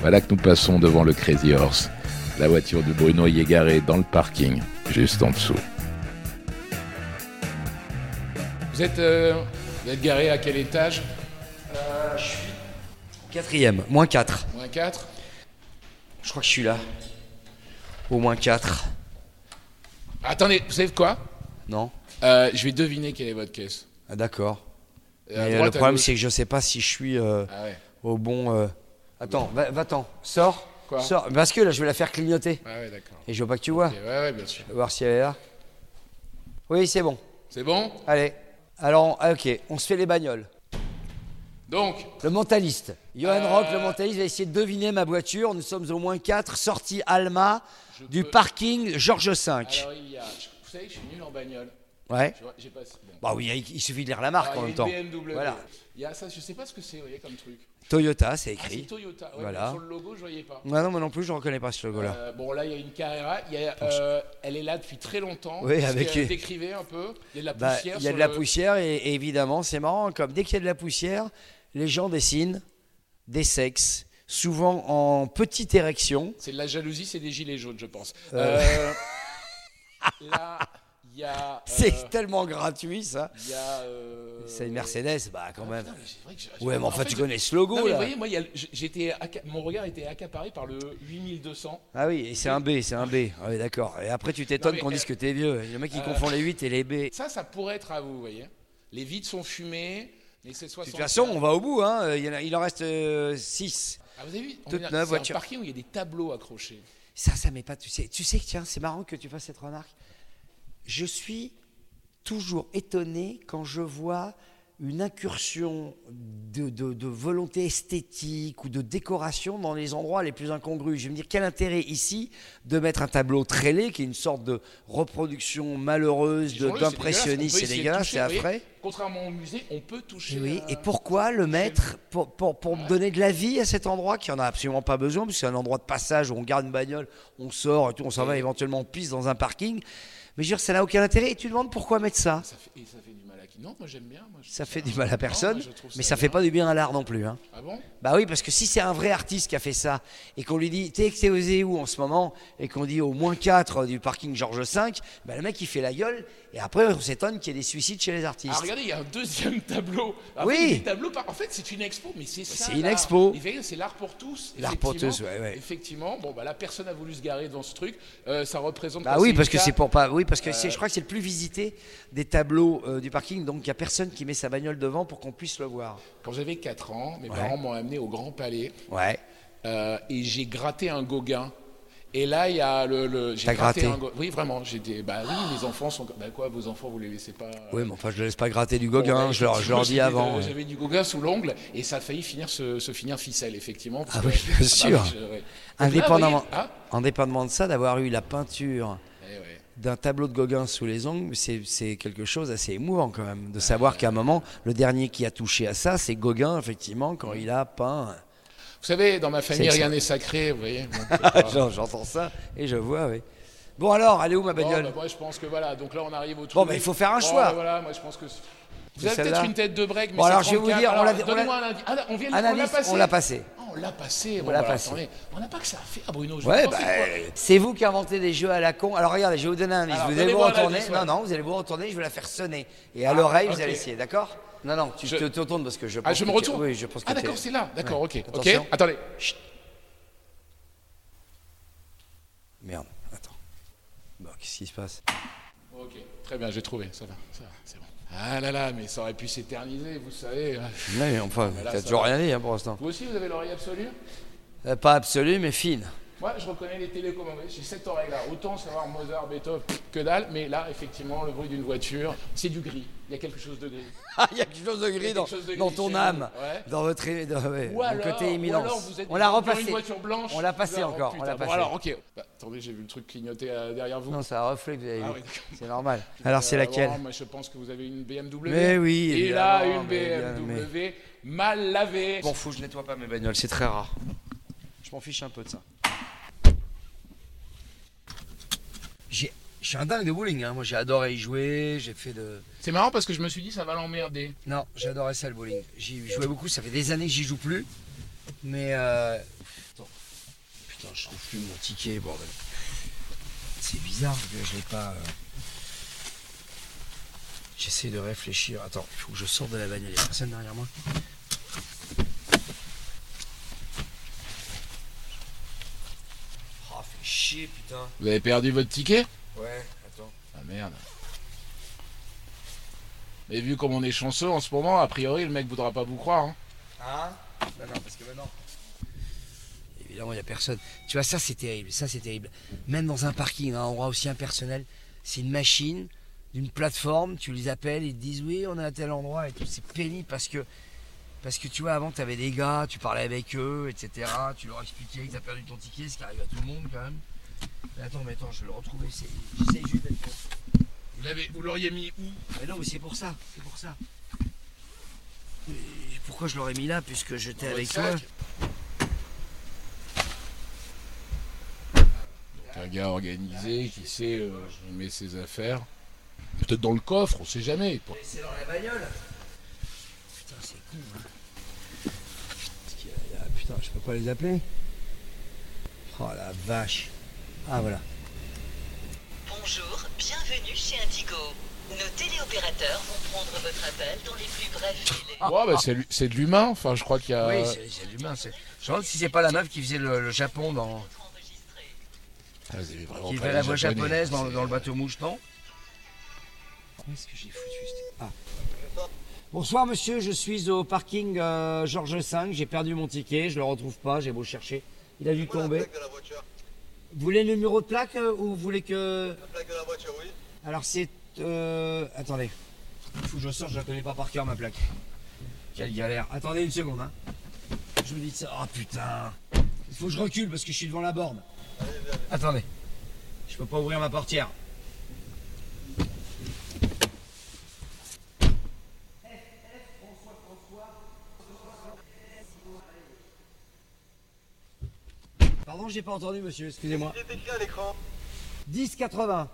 Speaker 11: Voilà que nous passons devant le Crazy Horse. La voiture de Bruno y est garée dans le parking, juste en dessous.
Speaker 1: Vous êtes, euh, vous êtes garé à quel étage Euh,
Speaker 3: Quatrième, moins 4.
Speaker 1: Moins 4
Speaker 3: Je crois que je suis là. Au moins 4.
Speaker 1: Attendez, vous savez quoi
Speaker 3: Non
Speaker 1: Euh, Je vais deviner quelle est votre caisse.
Speaker 3: Ah, D'accord.
Speaker 1: Euh, à
Speaker 3: Mais
Speaker 1: droite,
Speaker 3: le
Speaker 1: à
Speaker 3: problème,
Speaker 1: gauche.
Speaker 3: c'est que je sais pas si je suis euh,
Speaker 1: Ah ouais.
Speaker 3: au bon. euh, Attends, va- va-t'en. Sors.
Speaker 1: Quoi
Speaker 3: Sors. Parce que là, je vais la faire clignoter.
Speaker 1: Ah ouais, d'accord.
Speaker 3: Et je veux pas que tu vois.
Speaker 1: Ok, ouais, ouais, bien sûr.
Speaker 3: Je vais voir si elle est là. Oui, c'est bon.
Speaker 1: C'est bon
Speaker 3: Allez. Alors, ah, ok, on se fait les bagnoles.
Speaker 1: Donc,
Speaker 3: Le mentaliste.
Speaker 1: Euh.
Speaker 3: Johan Rock, le mentaliste, va essayer de deviner ma voiture. Nous sommes au moins 4. Sortie Alma du
Speaker 1: peux- Ah,
Speaker 3: parking Georges V.
Speaker 1: alors il y a. je- Vous savez que je suis nul en bagnole.
Speaker 3: Ouais.
Speaker 1: Tu vois, J'ai pas. bon.
Speaker 3: Bah oui, il- il suffit de lire la marque
Speaker 1: Ah, il y
Speaker 3: en
Speaker 1: a
Speaker 3: même
Speaker 1: une
Speaker 3: temps.
Speaker 1: BMW.
Speaker 3: Voilà.
Speaker 1: Il y a ça, je sais pas ce que c'est, vous voyez, comme truc.
Speaker 3: Toyota, c'est
Speaker 1: Ah, c'est
Speaker 3: écrit.
Speaker 1: Toyota. Ouais,
Speaker 3: Voilà.
Speaker 1: mais Sur le logo, je voyais pas.
Speaker 3: Non, non, moi non plus, je reconnais pas ce logo-là.
Speaker 1: Euh, bon, là, il y a une Carrera. il y a, euh, elle est là depuis très longtemps.
Speaker 3: Oui,
Speaker 1: Est-ce
Speaker 3: avec-
Speaker 1: que, euh, Décrivez un peu. Il y a de la
Speaker 3: Bah,
Speaker 1: poussière.
Speaker 3: il y a
Speaker 1: sur
Speaker 3: de la
Speaker 1: le-
Speaker 3: poussière et, et évidemment, c'est marrant. Comme dès qu'il y a de la poussière, les gens dessinent des sexes, souvent en petite érection.
Speaker 1: C'est de la jalousie, c'est des gilets jaunes, je pense.
Speaker 3: Euh.
Speaker 1: Euh, là, il y euh, a. euh,
Speaker 3: C'est tellement gratuit ça.
Speaker 1: Il y a. euh,
Speaker 3: C'est une Mercedes, bah quand même.
Speaker 1: Ouais,
Speaker 3: Ouais, mais enfin, tu connais ce logo
Speaker 1: Non, mais vous
Speaker 3: là.
Speaker 1: voyez, moi, il y a le- j- j'étais acca- mon regard était accaparé par le 8200.
Speaker 3: Ah oui, et c'est un B, c'est un B. Ah oui, d'accord. Et après, tu
Speaker 1: Non,
Speaker 3: t'étonnes
Speaker 1: mais,
Speaker 3: qu'on
Speaker 1: euh,
Speaker 3: dise que t'es vieux. Le mec, il
Speaker 1: euh,
Speaker 3: confond les 8 et les B.
Speaker 1: Ça, ça pourrait être à vous, vous voyez. Les vides sont fumées, mais c'est 60.
Speaker 3: De toute façon, on va au bout, hein. Euh, Il, y en, a- il en reste euh, 6.
Speaker 1: Ah, vous avez vu On
Speaker 3: toute
Speaker 1: vient- c'est
Speaker 3: neuve
Speaker 1: un
Speaker 3: voiture.
Speaker 1: parking où il y a des tableaux accrochés.
Speaker 3: Ça, ça m'est pas. Tu sais, tu sais que tiens, c'est marrant que tu fasses cette remarque. Je suis toujours étonné quand je vois une incursion de, de- de volonté esthétique ou de décoration dans les endroits les plus incongrus. Je vais me dire, quel intérêt ici de mettre un tableau très laid qui est une sorte de reproduction malheureuse de-
Speaker 1: Disons-le, c'est
Speaker 3: d'impressionniste, c'est
Speaker 1: dégueulasse,
Speaker 3: dégueulasse, c'est
Speaker 1: on peut essayer de toucher, vous
Speaker 3: affreux.
Speaker 1: voyez. Contrairement au musée, on peut toucher.
Speaker 3: Et oui,
Speaker 1: à-
Speaker 3: et pourquoi le mettre pour, pour, pour me donner de la vie à cet endroit qui en a absolument pas besoin, puisque c'est un endroit de passage où on garde une bagnole, on sort et tout, on s'en va éventuellement on pisse dans un parking. Mais je veux dire, ça n'a aucun intérêt. Et tu demandes pourquoi mettre ça
Speaker 1: Ça fait, et ça fait du mal à qui Non, moi j'aime bien. moi, je
Speaker 3: Ça
Speaker 1: trouve
Speaker 3: fait
Speaker 1: ça-
Speaker 3: du mal à
Speaker 1: Non,
Speaker 3: personne,
Speaker 1: moi, je trouve
Speaker 3: mais ça fait
Speaker 1: bien.
Speaker 3: pas du bien à l'art non plus. Hein.
Speaker 1: Ah bon
Speaker 3: Bah oui, parce que si c'est un vrai artiste qui a fait ça et qu'on lui dit t'es exposé où en ce moment et qu'on dit au moins 4 du parking Georges V, bah le mec il fait la gueule et après on s'étonne qu'il y ait des suicides chez les artistes.
Speaker 1: Ah, regardez, il y a un deuxième tableau. Ah,
Speaker 3: Oui.
Speaker 1: il
Speaker 3: Bah,
Speaker 1: y a des tableaux par- En fait, c'est une expo, mais c'est ça.
Speaker 3: c'est une
Speaker 1: l'art.
Speaker 3: expo.
Speaker 1: Et vous voyez, C'est l'art pour tous.
Speaker 3: L'art pour
Speaker 1: effectivement.
Speaker 3: tous, ouais, ouais.
Speaker 1: Effectivement, bon, bah, la personne a voulu se garer devant ce truc. Euh, ça représente.
Speaker 3: Bah
Speaker 1: quand
Speaker 3: oui,
Speaker 1: le
Speaker 3: parce que
Speaker 1: cas,
Speaker 3: c'est Euh, pour pas. Oui, parce que c'est- je crois que c'est le plus visité des tableaux euh, du parking. Donc il y a personne qui met sa bagnole devant pour qu'on puisse le voir.
Speaker 1: Quand j'avais 4 ans, mes
Speaker 3: Ouais.
Speaker 1: parents m'ont amené au Grand Palais
Speaker 3: Ouais.
Speaker 1: euh, et j'ai gratté un Gauguin. Et là, il y a le. le- j'ai
Speaker 3: T'as gratté
Speaker 1: un Gau- Oui, vraiment. J'étais. Bah oui, mes enfants sont. Bah quoi, vos enfants, vous les laissez pas.
Speaker 3: Oui, mais enfin je le laisse pas gratter du
Speaker 1: Bon,
Speaker 3: Gauguin.
Speaker 1: bah,
Speaker 3: je, leur, je leur dis
Speaker 1: effectivement, j'avais
Speaker 3: avant. ouais.
Speaker 1: de- J'avais du Gauguin sous l'ongle et ça a failli finir se, se finir ficelle, effectivement. parce
Speaker 3: Ah
Speaker 1: que-
Speaker 3: oui, bien
Speaker 1: bah
Speaker 3: sûr.
Speaker 1: je- ouais. Donc
Speaker 3: Ah,
Speaker 1: là,
Speaker 3: Indépendamment,
Speaker 1: vous voyez-
Speaker 3: indépendamment de ça, d'avoir eu la peinture
Speaker 1: ah, eh ouais.
Speaker 3: d'un tableau de Gauguin sous les ongles, c'est c'est quelque chose d'assez émouvant quand même, de savoir qu'à un moment, le dernier qui a touché à ça, c'est Gauguin, effectivement, quand il a peint.
Speaker 1: Vous savez, dans ma famille,
Speaker 3: C'est
Speaker 1: rien n'est sacré, vous voyez. Donc, euh,
Speaker 3: Ah, j'en- J'entends ça et je vois, oui. Bon alors, elle est où ma
Speaker 1: bon,
Speaker 3: bagnole
Speaker 1: bah, moi, je pense que voilà. Donc là, on arrive au truc.
Speaker 3: bah, il faut faire un
Speaker 1: Bon,
Speaker 3: choix.
Speaker 1: bah, voilà, moi, je pense que. Vous
Speaker 3: C'est
Speaker 1: avez peut-être
Speaker 3: celle-là.
Speaker 1: une tête de break, mais
Speaker 3: Bon,
Speaker 1: c'est
Speaker 3: alors, je vais vous
Speaker 1: 34.
Speaker 3: dire, on
Speaker 1: Alors,
Speaker 3: l'a- on l'a-
Speaker 1: Donnez-moi un indice. Ah, on vient de- on l'a
Speaker 3: Analyse,
Speaker 1: passé.
Speaker 3: on l'a passé.
Speaker 1: Ah, on l'a passé.
Speaker 3: l'a
Speaker 1: voilà,
Speaker 3: passé.
Speaker 1: attendez. On n'a pas que ça à faire, Bruno. Je
Speaker 3: Ouais,
Speaker 1: pense
Speaker 3: bah,
Speaker 1: que Oh, c'est quoi
Speaker 3: c'est vous qui inventez des jeux à la con. Alors regardez, je vais vous donner un indice.
Speaker 1: Alors,
Speaker 3: vous allez vous
Speaker 1: donnez-moi un
Speaker 3: retourner.
Speaker 1: indice, ouais. Ah,
Speaker 3: Non, non, vous allez vous retourner. Je vais la faire sonner. Et à l'oreille,
Speaker 1: ok.
Speaker 3: vous allez essayer, d'accord Non, non, tu
Speaker 1: Je-
Speaker 3: te te retournes parce que je. Pense
Speaker 1: Ah, je
Speaker 3: que
Speaker 1: me
Speaker 3: tu-
Speaker 1: retourne.
Speaker 3: Oui, je pense que.
Speaker 1: Ah,
Speaker 3: t'es-
Speaker 1: d'accord, c'est là. D'accord,
Speaker 3: Ouais.
Speaker 1: ok. Ok.
Speaker 3: Attention.
Speaker 1: Attendez.
Speaker 3: Merde. Attends. Bon, qu'est-ce qui se passe
Speaker 1: Ok, très bien, j'ai trouvé, ça va, ça va, c'est bon. Ah là là, mais ça aurait pu s'éterniser, vous savez.
Speaker 3: Non, mais enfin,
Speaker 1: Voilà,
Speaker 3: t'as
Speaker 1: ça
Speaker 3: toujours
Speaker 1: va.
Speaker 3: rien dit hein, pour l'instant.
Speaker 1: Vous aussi, vous avez l'oreille absolue
Speaker 3: Euh, pas absolu, mais fine.
Speaker 1: Moi, je reconnais les télécommandés, j'ai cette oreille-là. Autant savoir Mozart, Beethoven, que dalle, mais là, effectivement, le bruit d'une voiture, c'est du gris. Il y a quelque chose de gris.
Speaker 3: Ah, il y a quelque chose de
Speaker 1: Il y
Speaker 3: gris
Speaker 1: a
Speaker 3: dans,
Speaker 1: quelque chose de
Speaker 3: dans
Speaker 1: gris
Speaker 3: ton
Speaker 1: chez
Speaker 3: âme,
Speaker 1: vous, ouais.
Speaker 3: dans votre é- dans- ouais,
Speaker 1: Ou
Speaker 3: Euh, mon
Speaker 1: alors-
Speaker 3: côté
Speaker 1: ou alors
Speaker 3: éminence.
Speaker 1: vous êtes
Speaker 3: on l'a
Speaker 1: dans
Speaker 3: repassé.
Speaker 1: une voiture blanche.
Speaker 3: On l'a passé
Speaker 1: Vous avez-
Speaker 3: encore.
Speaker 1: oh,
Speaker 3: on l'a
Speaker 1: putain.
Speaker 3: passé.
Speaker 1: Bon, alors, ok. Bah, attendez, j'ai vu le truc clignoter euh, derrière vous.
Speaker 3: Non, ça reflète. vous avez
Speaker 1: Ah
Speaker 3: vu.
Speaker 1: oui, d'accord.
Speaker 3: C'est normal. Alors, c'est
Speaker 1: Euh,
Speaker 3: laquelle
Speaker 1: bon, moi, je pense que vous avez une BMW.
Speaker 3: Mais oui,
Speaker 1: Et là,
Speaker 3: évidemment,
Speaker 1: une
Speaker 3: mais bien,
Speaker 1: BMW mal lavée.
Speaker 3: Je m'en fous, je nettoie pas mes bagnoles, c'est très rare. Je m'en fiche un peu de ça. Je suis un dingue de bowling, hein. moi j'ai adoré y jouer, j'ai fait de...
Speaker 1: C'est marrant parce que je me suis dit, ça va l'emmerder.
Speaker 3: Non, j'adorais ça le bowling. J'y jouais beaucoup, ça fait des années que j'y joue plus. Mais... euh, attends. Putain, je trouve plus mon ticket, bordel. C'est bizarre parce que je l'ai pas... euh. J'essaie de réfléchir. Attends, il faut que je sorte de la bagnole, il y a personne derrière moi. Oh, fais chier, putain.
Speaker 1: Vous avez perdu votre ticket
Speaker 3: Ouais, attends.
Speaker 1: Ah merde. Mais vu comme on est chanceux en ce moment, a priori le mec voudra pas vous croire. hein.
Speaker 3: Hein Bah non, parce que maintenant. Évidemment, il n'y a personne. Tu vois, ça c'est terrible, ça c'est terrible. Même dans un parking, un endroit aussi impersonnel, c'est une machine d'une plateforme, tu les appelles, ils te disent oui, on est à tel endroit et tout. C'est pénible parce que. Parce que tu vois, avant, tu avais des gars, tu parlais avec eux, etc. Tu leur expliquais que tu as perdu ton ticket, ce qui arrive à tout le monde quand même. Mais attends, mais attends, je vais le retrouver. c'est- J'essaie juste d'être.
Speaker 1: Vous l'avez- Vous l'auriez mis où
Speaker 3: Mais non, mais c'est pour ça, c'est pour ça. Mais pourquoi je l'aurais mis là puisque j'étais
Speaker 1: Dans
Speaker 3: avec
Speaker 1: votre
Speaker 3: toi
Speaker 1: sac Donc, Un gars organisé qui sait euh, où il met ses affaires. Peut-être dans le coffre, on sait jamais.
Speaker 3: C'est dans la bagnole Putain, c'est con. hein. Parce qu'il y a- il y a- Putain, je peux pas les appeler Oh la vache Ah voilà.
Speaker 13: Bonjour, bienvenue chez Indigo.
Speaker 6: Nos téléopérateurs vont prendre votre appel dans les plus brefs délais.
Speaker 1: Ouais, bah, c'est lu- c'est de l'humain. Enfin, je crois qu'il y a.
Speaker 3: Ah. Oui, c'est- c'est l'humain. c'est- Je me demande si c'est pas la meuf qui faisait le, le Japon dans.
Speaker 1: Ah, vous avez vraiment
Speaker 3: qui
Speaker 1: pas
Speaker 3: faisait
Speaker 1: les
Speaker 3: la voix
Speaker 1: Japonais.
Speaker 3: japonaise dans,
Speaker 1: C'est-
Speaker 3: dans le bateau mouche, non Où est-ce que j'ai foutu Ah. Bonsoir monsieur, je suis au parking euh, Georges V. J'ai perdu mon ticket, je le retrouve pas, j'ai beau chercher. Il a dû tomber. Vous voulez le numéro de plaque euh, ou vous voulez que. Alors c'est. euh, Attendez. Faut que je sorte, je la connais pas par cœur ma plaque. Quelle galère. Attendez une seconde. Hein. Je vous dis ça. Oh putain. Il faut que je recule parce que je suis devant la borne. Attendez. Je peux pas ouvrir ma portière. Pardon, j'ai pas entendu monsieur, excusez-moi. 1080.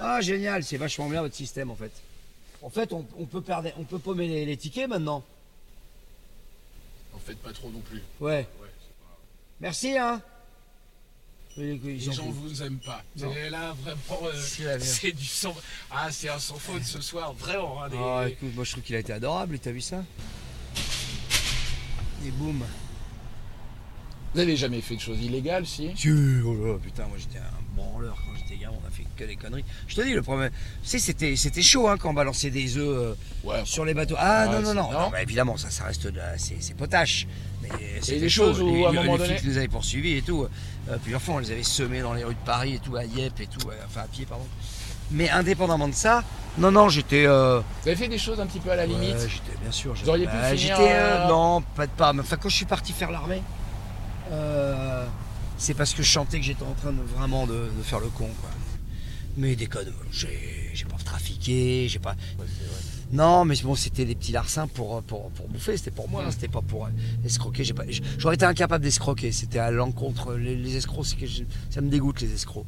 Speaker 3: Ah génial, c'est vachement bien votre système en fait. En fait, on, on peut perdre, on peut paumer les, les tickets maintenant.
Speaker 1: En fait, pas trop non plus.
Speaker 3: Ouais. Merci hein. Les
Speaker 1: Les gens vous aiment pas.
Speaker 3: Non.
Speaker 1: Et là, vraiment, euh,
Speaker 3: C'est la merde.
Speaker 1: c'est du sang. Ah, c'est un sans faute ce soir, vraiment. hein, des-
Speaker 3: Ah, écoute, moi je trouve qu'il a été adorable, t'as vu ça Et boum.
Speaker 1: Vous n'avez jamais fait de choses illégales, si
Speaker 3: Dieu, oh là, putain, moi j'étais un branleur quand j'étais gamin, on a fait que des conneries. Je te dis, le problème, tu sais, c'était, c'était chaud hein, quand on balançait des œufs
Speaker 1: Ouais.
Speaker 3: euh, sur les bateaux.
Speaker 1: Ouais,
Speaker 3: Ah non, non,
Speaker 1: c'est-
Speaker 3: non,
Speaker 1: non.
Speaker 3: non, bah, évidemment, ça, ça reste de la- c'est, c'est potache. Mais euh, c'était
Speaker 1: des
Speaker 3: chaud,
Speaker 1: choses où,
Speaker 3: les,
Speaker 1: à un
Speaker 3: les-
Speaker 1: moment
Speaker 3: les flics
Speaker 1: donné-
Speaker 3: nous avaient poursuivis et tout. Euh, plusieurs fois, on les avait semés dans les rues de Paris et tout, à Dieppe et tout, euh, enfin à pied, pardon. Mais indépendamment de ça, non, non, j'étais. euh,
Speaker 1: Vous avez fait des choses un petit peu à la limite
Speaker 3: Ouais, j'étais bien sûr. j'avais-
Speaker 1: auriez pu finir,
Speaker 3: Bah, J'étais
Speaker 1: euh,
Speaker 3: euh, non, pas de part. mais Enfin, quand je suis parti faire l'armée, euh, c'est parce que je chantais que j'étais en train de vraiment de, de faire le con, quoi. Mais déconne, j'ai j'ai pas trafiqué, j'ai pas. Non, mais bon, c'était des petits larcins pour, euh, pour, pour bouffer, c'était pour moi, hein, c'était pas pour euh, escroquer. j'ai Pas, j- j'aurais été incapable d'escroquer, c'était à l'encontre. Les, les escrocs, c'est que je- ça me dégoûte, les escrocs.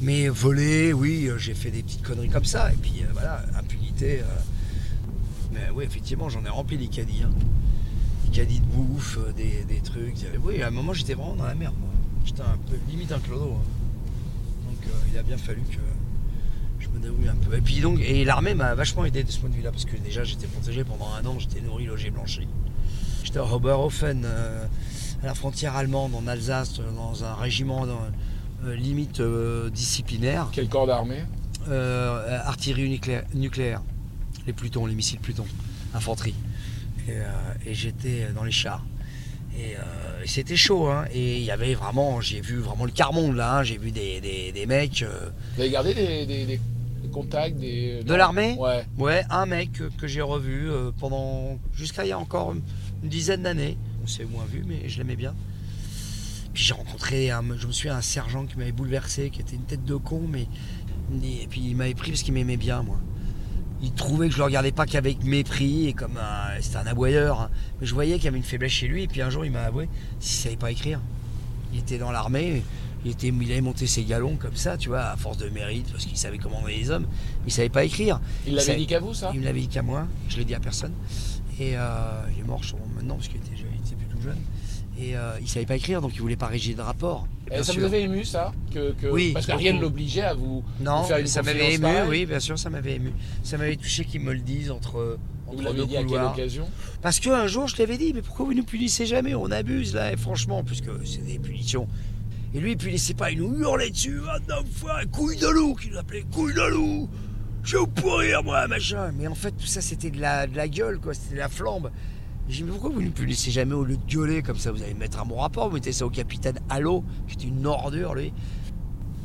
Speaker 3: Mais voler, oui, euh, j'ai fait des petites conneries comme ça, et puis euh, voilà, impunité. euh, mais oui, effectivement, j'en ai rempli des caddies. hein. Des caddies de bouffe, euh, des, des trucs. Il y avait- Oui, à un moment, j'étais vraiment dans la merde, moi. J'étais un peu limite un clodo. hein. Donc, euh, il a bien fallu que je me débrouille un peu. Et puis, donc, et l'armée m'a vachement aidé de ce point de vue-là, parce que déjà, j'étais protégé pendant un an, j'étais nourri, logé, blanchi. J'étais à Oberhofen, euh, à la frontière allemande, en Alsace, euh, dans un régiment dans- euh, limite euh, disciplinaire,
Speaker 1: Quel corps d'armée
Speaker 3: euh, artillerie nucléaire, nucléaire, les Plutons, les missiles Pluton, infanterie. Et, euh, et j'étais dans les chars. Et, euh, et c'était chaud, hein. Et il y avait vraiment, j'ai vu vraiment le carmonde là, hein. j'ai vu des, des- des mecs. euh,
Speaker 1: Vous avez gardé des, des- des- des contacts des...
Speaker 3: De
Speaker 1: non.
Speaker 3: l'armée
Speaker 1: Ouais.
Speaker 3: Ouais, un mec euh, que j'ai revu euh, pendant jusqu'à il y a encore une une dizaine d'années. On s'est moins vu, mais je l'aimais bien. Puis j'ai rencontré, un, je me suis un sergent qui m'avait bouleversé, qui était une tête de con, mais et puis il m'avait pris parce qu'il m'aimait bien, moi. Il trouvait que je le regardais pas qu'avec mépris et comme un- c'était un aboyeur. hein. Mais je voyais qu'il y avait une faiblesse chez lui. Et puis un jour, il m'a avoué s'il savait pas écrire. Il était dans l'armée. Il, était, il avait monté ses galons comme ça, tu vois, à force de mérite, parce qu'il savait commander les hommes. Il savait pas écrire.
Speaker 1: Il l'avait
Speaker 3: C'est-
Speaker 1: dit qu'à vous, ça
Speaker 3: Il me l'avait dit qu'à moi, je l'ai dit à personne. Et euh, il est mort sûrement maintenant parce qu'il était, jeune, il était plus tout jeune. Et euh, il savait pas écrire, donc il voulait pas rédiger de rapport.
Speaker 1: Eh,
Speaker 3: Bien
Speaker 1: Ça
Speaker 3: sûr.
Speaker 1: vous avait ému, ça que, que-
Speaker 3: Oui,
Speaker 1: Parce que rien ne
Speaker 3: beaucoup.
Speaker 1: l'obligeait à vous,
Speaker 3: Non,
Speaker 1: vous faire une
Speaker 3: ça m'avait
Speaker 1: confidence
Speaker 3: ému,
Speaker 1: pareille.
Speaker 3: oui, bien sûr, ça m'avait ému. Ça m'avait touché qu'ils me le disent entre,
Speaker 1: Vous
Speaker 3: entre
Speaker 1: l'avez
Speaker 3: deux
Speaker 1: dit à quelle
Speaker 3: couloirs.
Speaker 1: occasion
Speaker 3: Parce qu'un jour, je l'avais dit, mais pourquoi vous nous punissez jamais On abuse là, et franchement, puisque c'est des punitions. Et lui, il punissait pas, il nous hurlait dessus, 29 fois, couille de loup, qu'il appelait couille de loup Je vais vous pourrir, moi, machin Mais en fait, tout ça, c'était de la, de la gueule, quoi, c'était de la flambe. J'ai dit, mais pourquoi vous ne punissez jamais au lieu de gueuler comme ça Vous allez me mettre un bon rapport, vous mettez ça au capitaine Allo, qui était une ordure, lui.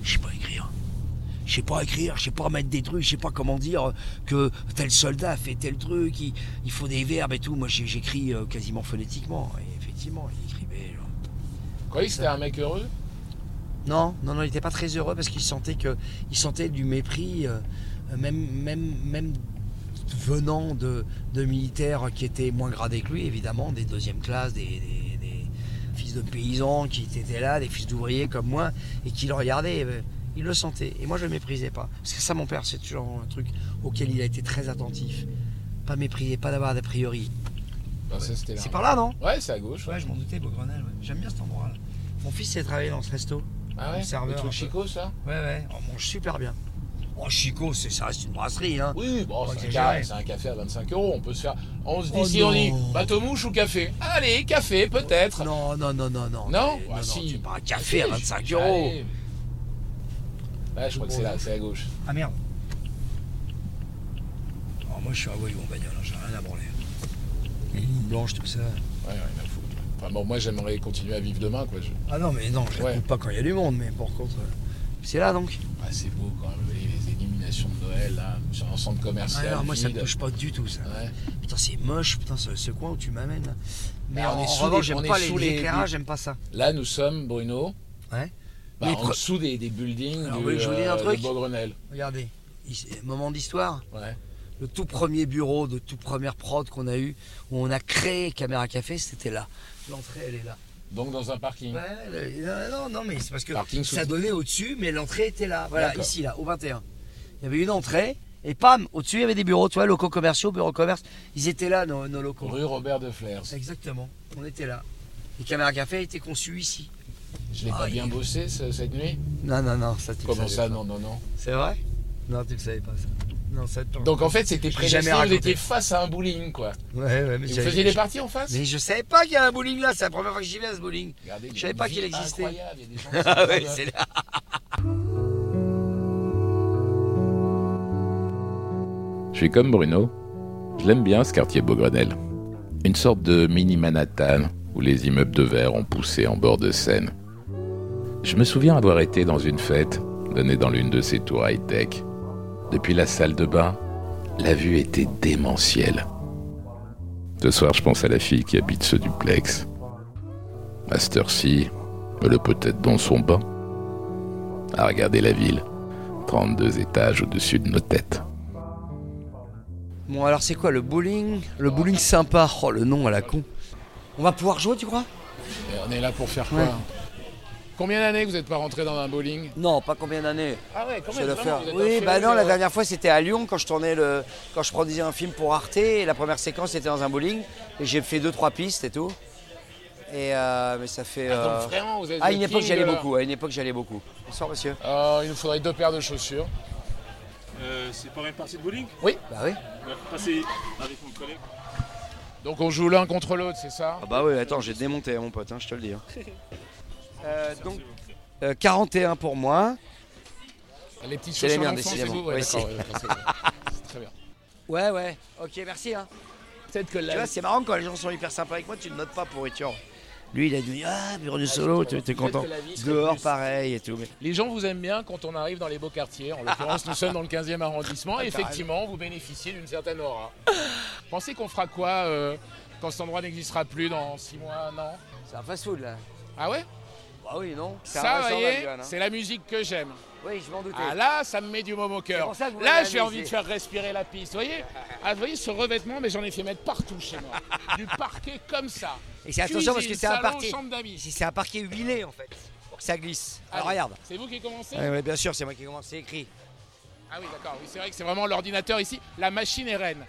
Speaker 3: Je sais pas écrire. Je sais pas écrire, je sais pas mettre des trucs, je sais pas comment dire que tel soldat a fait tel truc, il, il faut des verbes et tout. Moi, j'ai- j'écris euh, quasiment phonétiquement. Et effectivement, il écrivait. genre,
Speaker 1: Vous croyez que c'était un mec heureux
Speaker 3: non, non, non, il n'était pas très heureux parce qu'il sentait que, il sentait du mépris, euh, même, même, même venant de, de militaires qui étaient moins gradés que lui, évidemment, des deuxièmes classes, des, des- des fils de paysans qui étaient là, des fils d'ouvriers comme moi, et qui le regardaient. euh, il le sentait. Et moi, je le méprisais pas. Parce que ça, mon père, c'est toujours un truc auquel il a été très attentif. Pas mépriser, pas d'avoir d'a priori.
Speaker 1: Ben, ça, c'était là.
Speaker 3: C'est par là, non
Speaker 1: Ouais, c'est à gauche.
Speaker 3: Ouais, je m'en doutais, Beaugrenelle. Ouais. J'aime bien cet endroit-là. Mon fils, il a travaillé dans ce resto.
Speaker 1: Ah ouais
Speaker 3: Le serveur,
Speaker 1: Le
Speaker 3: un
Speaker 1: truc
Speaker 3: peu.
Speaker 1: Chico, ça
Speaker 3: Ouais, ouais, on mange super bien. Oh, Chico, c'est- ça reste une brasserie, hein.
Speaker 1: Oui, bon,
Speaker 3: Faut
Speaker 1: c'est un, ca-
Speaker 3: exagérer.
Speaker 1: c'est un café à 25 euros, on peut se faire. On se dit
Speaker 3: Oh
Speaker 1: si on dit
Speaker 3: non.
Speaker 1: bateau mouche ou café. Allez, café peut-être.
Speaker 3: Non, non, non, non, non.
Speaker 1: Non
Speaker 3: Mais-
Speaker 1: Ah, si.
Speaker 3: c'est pas un café à
Speaker 1: Oui,
Speaker 3: 25
Speaker 1: je-
Speaker 3: euros.
Speaker 1: allez. Ouais, je crois que c'est là, c'est à gauche.
Speaker 3: Ah merde. Oh, moi, je suis à voyou en bagnole, hein, j'ai rien à branler. Les lignes blanches, tout ça.
Speaker 1: Ouais, ouais, la faute. Enfin bon, moi j'aimerais continuer à vivre demain, quoi. Je-
Speaker 3: Ah non, mais non, je
Speaker 1: Ouais.
Speaker 3: ne pas quand il y a du monde, mais par contre. euh, C'est là donc
Speaker 1: Ah, c'est beau quand même, les, les illuminations de Noël, là, sur l'ensemble
Speaker 3: Ah
Speaker 1: commercial.
Speaker 3: non, moi ça me
Speaker 1: vide.
Speaker 3: touche pas du tout ça.
Speaker 1: Ouais.
Speaker 3: Putain, c'est moche, putain, ce, ce coin où tu m'amènes là. Mais
Speaker 1: Bah,
Speaker 3: en,
Speaker 1: on est
Speaker 3: en
Speaker 1: sous
Speaker 3: revanche,
Speaker 1: les- on
Speaker 3: j'aime
Speaker 1: est
Speaker 3: pas les-
Speaker 1: sous les-
Speaker 3: l'éclairage, j'aime pas ça.
Speaker 1: Là, nous sommes, Bruno,
Speaker 3: Ouais.
Speaker 1: bah,
Speaker 3: Mais
Speaker 1: en
Speaker 3: pre-
Speaker 1: dessous des, des buildings
Speaker 3: Alors,
Speaker 1: du,
Speaker 3: oui, je vous dis un
Speaker 1: du
Speaker 3: truc.
Speaker 1: Beau-Grenelle.
Speaker 3: Regardez, ici, moment d'histoire.
Speaker 1: Ouais.
Speaker 3: Le tout premier bureau de toute première prod qu'on a eu, où on a créé Caméra Café, c'était là. L'entrée, elle est là.
Speaker 1: Donc dans un parking.
Speaker 3: Ouais, le- non, non, mais c'est parce que
Speaker 1: Mm. Parking sous-
Speaker 3: ça donnait au-dessus, mais l'entrée était là. Voilà,
Speaker 1: D'accord.
Speaker 3: ici, là, au 21. Il y avait une entrée, et pam, au-dessus, il y avait des bureaux, tu vois, locaux commerciaux, bureaux commerce. Ils étaient là, nos, nos locaux.
Speaker 1: Rue Robert de Flers.
Speaker 3: Exactement, on était là. Et Caméra Café a été conçu ici.
Speaker 1: Je l'ai
Speaker 3: Ah,
Speaker 1: pas
Speaker 3: il-
Speaker 1: bien bossé ce- cette nuit
Speaker 3: Non, non, non, ça tu le
Speaker 1: Comment
Speaker 3: savais
Speaker 1: ça
Speaker 3: pas.
Speaker 1: Non, non, non.
Speaker 3: C'est vrai Non, tu le savais pas ça. Non, ça te
Speaker 1: Donc en fait, c'était
Speaker 3: Je l'ai jamais
Speaker 1: prédestiné, vous
Speaker 3: raconté.
Speaker 1: étiez face à un bowling, quoi.
Speaker 3: Ouais, ouais, mais
Speaker 1: Et vous
Speaker 3: j'avais-
Speaker 1: faisiez des parties en face
Speaker 3: Mais je savais pas qu'il y a un bowling là, c'est la première fois que j'y vais à ce bowling.
Speaker 1: Regardez,
Speaker 3: Je savais pas qu'il existait.
Speaker 1: Incroyable, il y a des gens qui sont
Speaker 3: Ah
Speaker 1: en train
Speaker 3: ouais,
Speaker 1: de-
Speaker 3: c'est là.
Speaker 11: Je suis comme Bruno. Je l'aime bien ce quartier Beaugrenelle. Une sorte de mini Manhattan où les immeubles de verre ont poussé en bord de Seine. Je me souviens avoir été dans une fête donnée dans l'une de ces tours high-tech. Depuis la salle de bain, la vue était démentielle. Ce soir, je pense à la fille qui habite ce duplex. À cette heure-ci, elle est peut-être dans son bain. À regarder la ville, 32 étages au-dessus de nos têtes.
Speaker 3: Bon, alors c'est quoi le bowling Le bowling sympa. Oh, le nom à la con. On va pouvoir jouer, tu crois
Speaker 1: Et on est là pour faire quoi
Speaker 3: Ouais.
Speaker 1: hein Combien d'années que vous n'êtes pas rentré dans un bowling
Speaker 3: Non, pas combien d'années
Speaker 1: Ah ouais,
Speaker 3: Je vais le faire. Oui, bah non, la dernière fois c'était à Lyon quand je tournais le, quand je produisais un film pour Arte. Et la première séquence était dans un bowling et j'ai fait deux trois pistes et tout. Et euh, mais ça fait. euh,
Speaker 1: Ah, vraiment, vous êtes
Speaker 3: à
Speaker 1: le
Speaker 3: une époque
Speaker 1: king
Speaker 3: j'allais
Speaker 1: de la-
Speaker 3: beaucoup. À une époque j'allais beaucoup. Bonsoir monsieur.
Speaker 1: Euh, il nous faudrait deux paires de chaussures.
Speaker 14: c'est pas une partie de bowling
Speaker 3: Bah oui.
Speaker 14: Passer avec mon collègue.
Speaker 1: Donc on joue l'un contre l'autre, c'est ça
Speaker 3: Ah bah oui. Attends, j'ai démonté mon pote, hein, je te le dis. Euh, donc euh, 41 pour moi.
Speaker 1: Les petites
Speaker 3: Ah, C'est les
Speaker 1: chaussures
Speaker 3: miens,
Speaker 1: d'enfant, c'est
Speaker 3: décidément.
Speaker 1: vous
Speaker 3: Oui,
Speaker 1: Ouais,
Speaker 3: si.
Speaker 1: d'accord, ouais, c'est- c'est très bien.
Speaker 3: Ouais ouais. Ok, merci. hein.
Speaker 1: Peut-être que
Speaker 3: Tu
Speaker 1: là,
Speaker 3: vois, c'est marrant quand les gens sont hyper sympas avec moi, tu ne notes pas pour étiant. Lui, il a dit ah bureau du solo, tu étais content.
Speaker 1: que la vie serait
Speaker 3: Dehors
Speaker 1: plus-
Speaker 3: pareil et tout. mais-
Speaker 1: les gens vous aiment bien quand on arrive dans les beaux quartiers. En l'occurrence, nous sommes dans le 15e
Speaker 3: Ah,
Speaker 1: arrondissement et effectivement, vous bénéficiez d'une certaine aura. Pensez qu'on fera quoi euh, quand cet endroit n'existera plus dans 6 mois, un an
Speaker 3: C'est un fast-food là.
Speaker 1: Ah ouais
Speaker 3: Bah oui, non. C'est
Speaker 1: Ça,
Speaker 3: un
Speaker 1: vous
Speaker 3: restaurant
Speaker 1: voyez,
Speaker 3: d'Albion, hein.
Speaker 1: c'est la musique que j'aime.
Speaker 3: Oui, je m'en doutais.
Speaker 1: Ah là, ça me met du môme au
Speaker 3: C'est
Speaker 1: cœur.
Speaker 3: pour ça que vous
Speaker 1: Là,
Speaker 3: l'avez
Speaker 1: j'ai envie de
Speaker 3: amusé.
Speaker 1: faire respirer la piste. Vous voyez Ah, vous voyez ce revêtement, mais j'en ai fait mettre partout chez moi. Du parquet comme ça.
Speaker 3: Et c'est attention parce que c'est
Speaker 1: Cuisine,
Speaker 3: un
Speaker 1: salon,
Speaker 3: parquet.
Speaker 1: chambre d'amis.
Speaker 3: C'est un parquet huilé en fait, pour que ça glisse. Alors
Speaker 1: Allez,
Speaker 3: Ah, regarde.
Speaker 1: C'est vous qui commencez
Speaker 3: Ouais, ouais, bien sûr, c'est moi qui ai commencé écrit.
Speaker 1: Ah oui, d'accord. Oui, c'est vrai que c'est vraiment l'ordinateur ici. La machine est reine.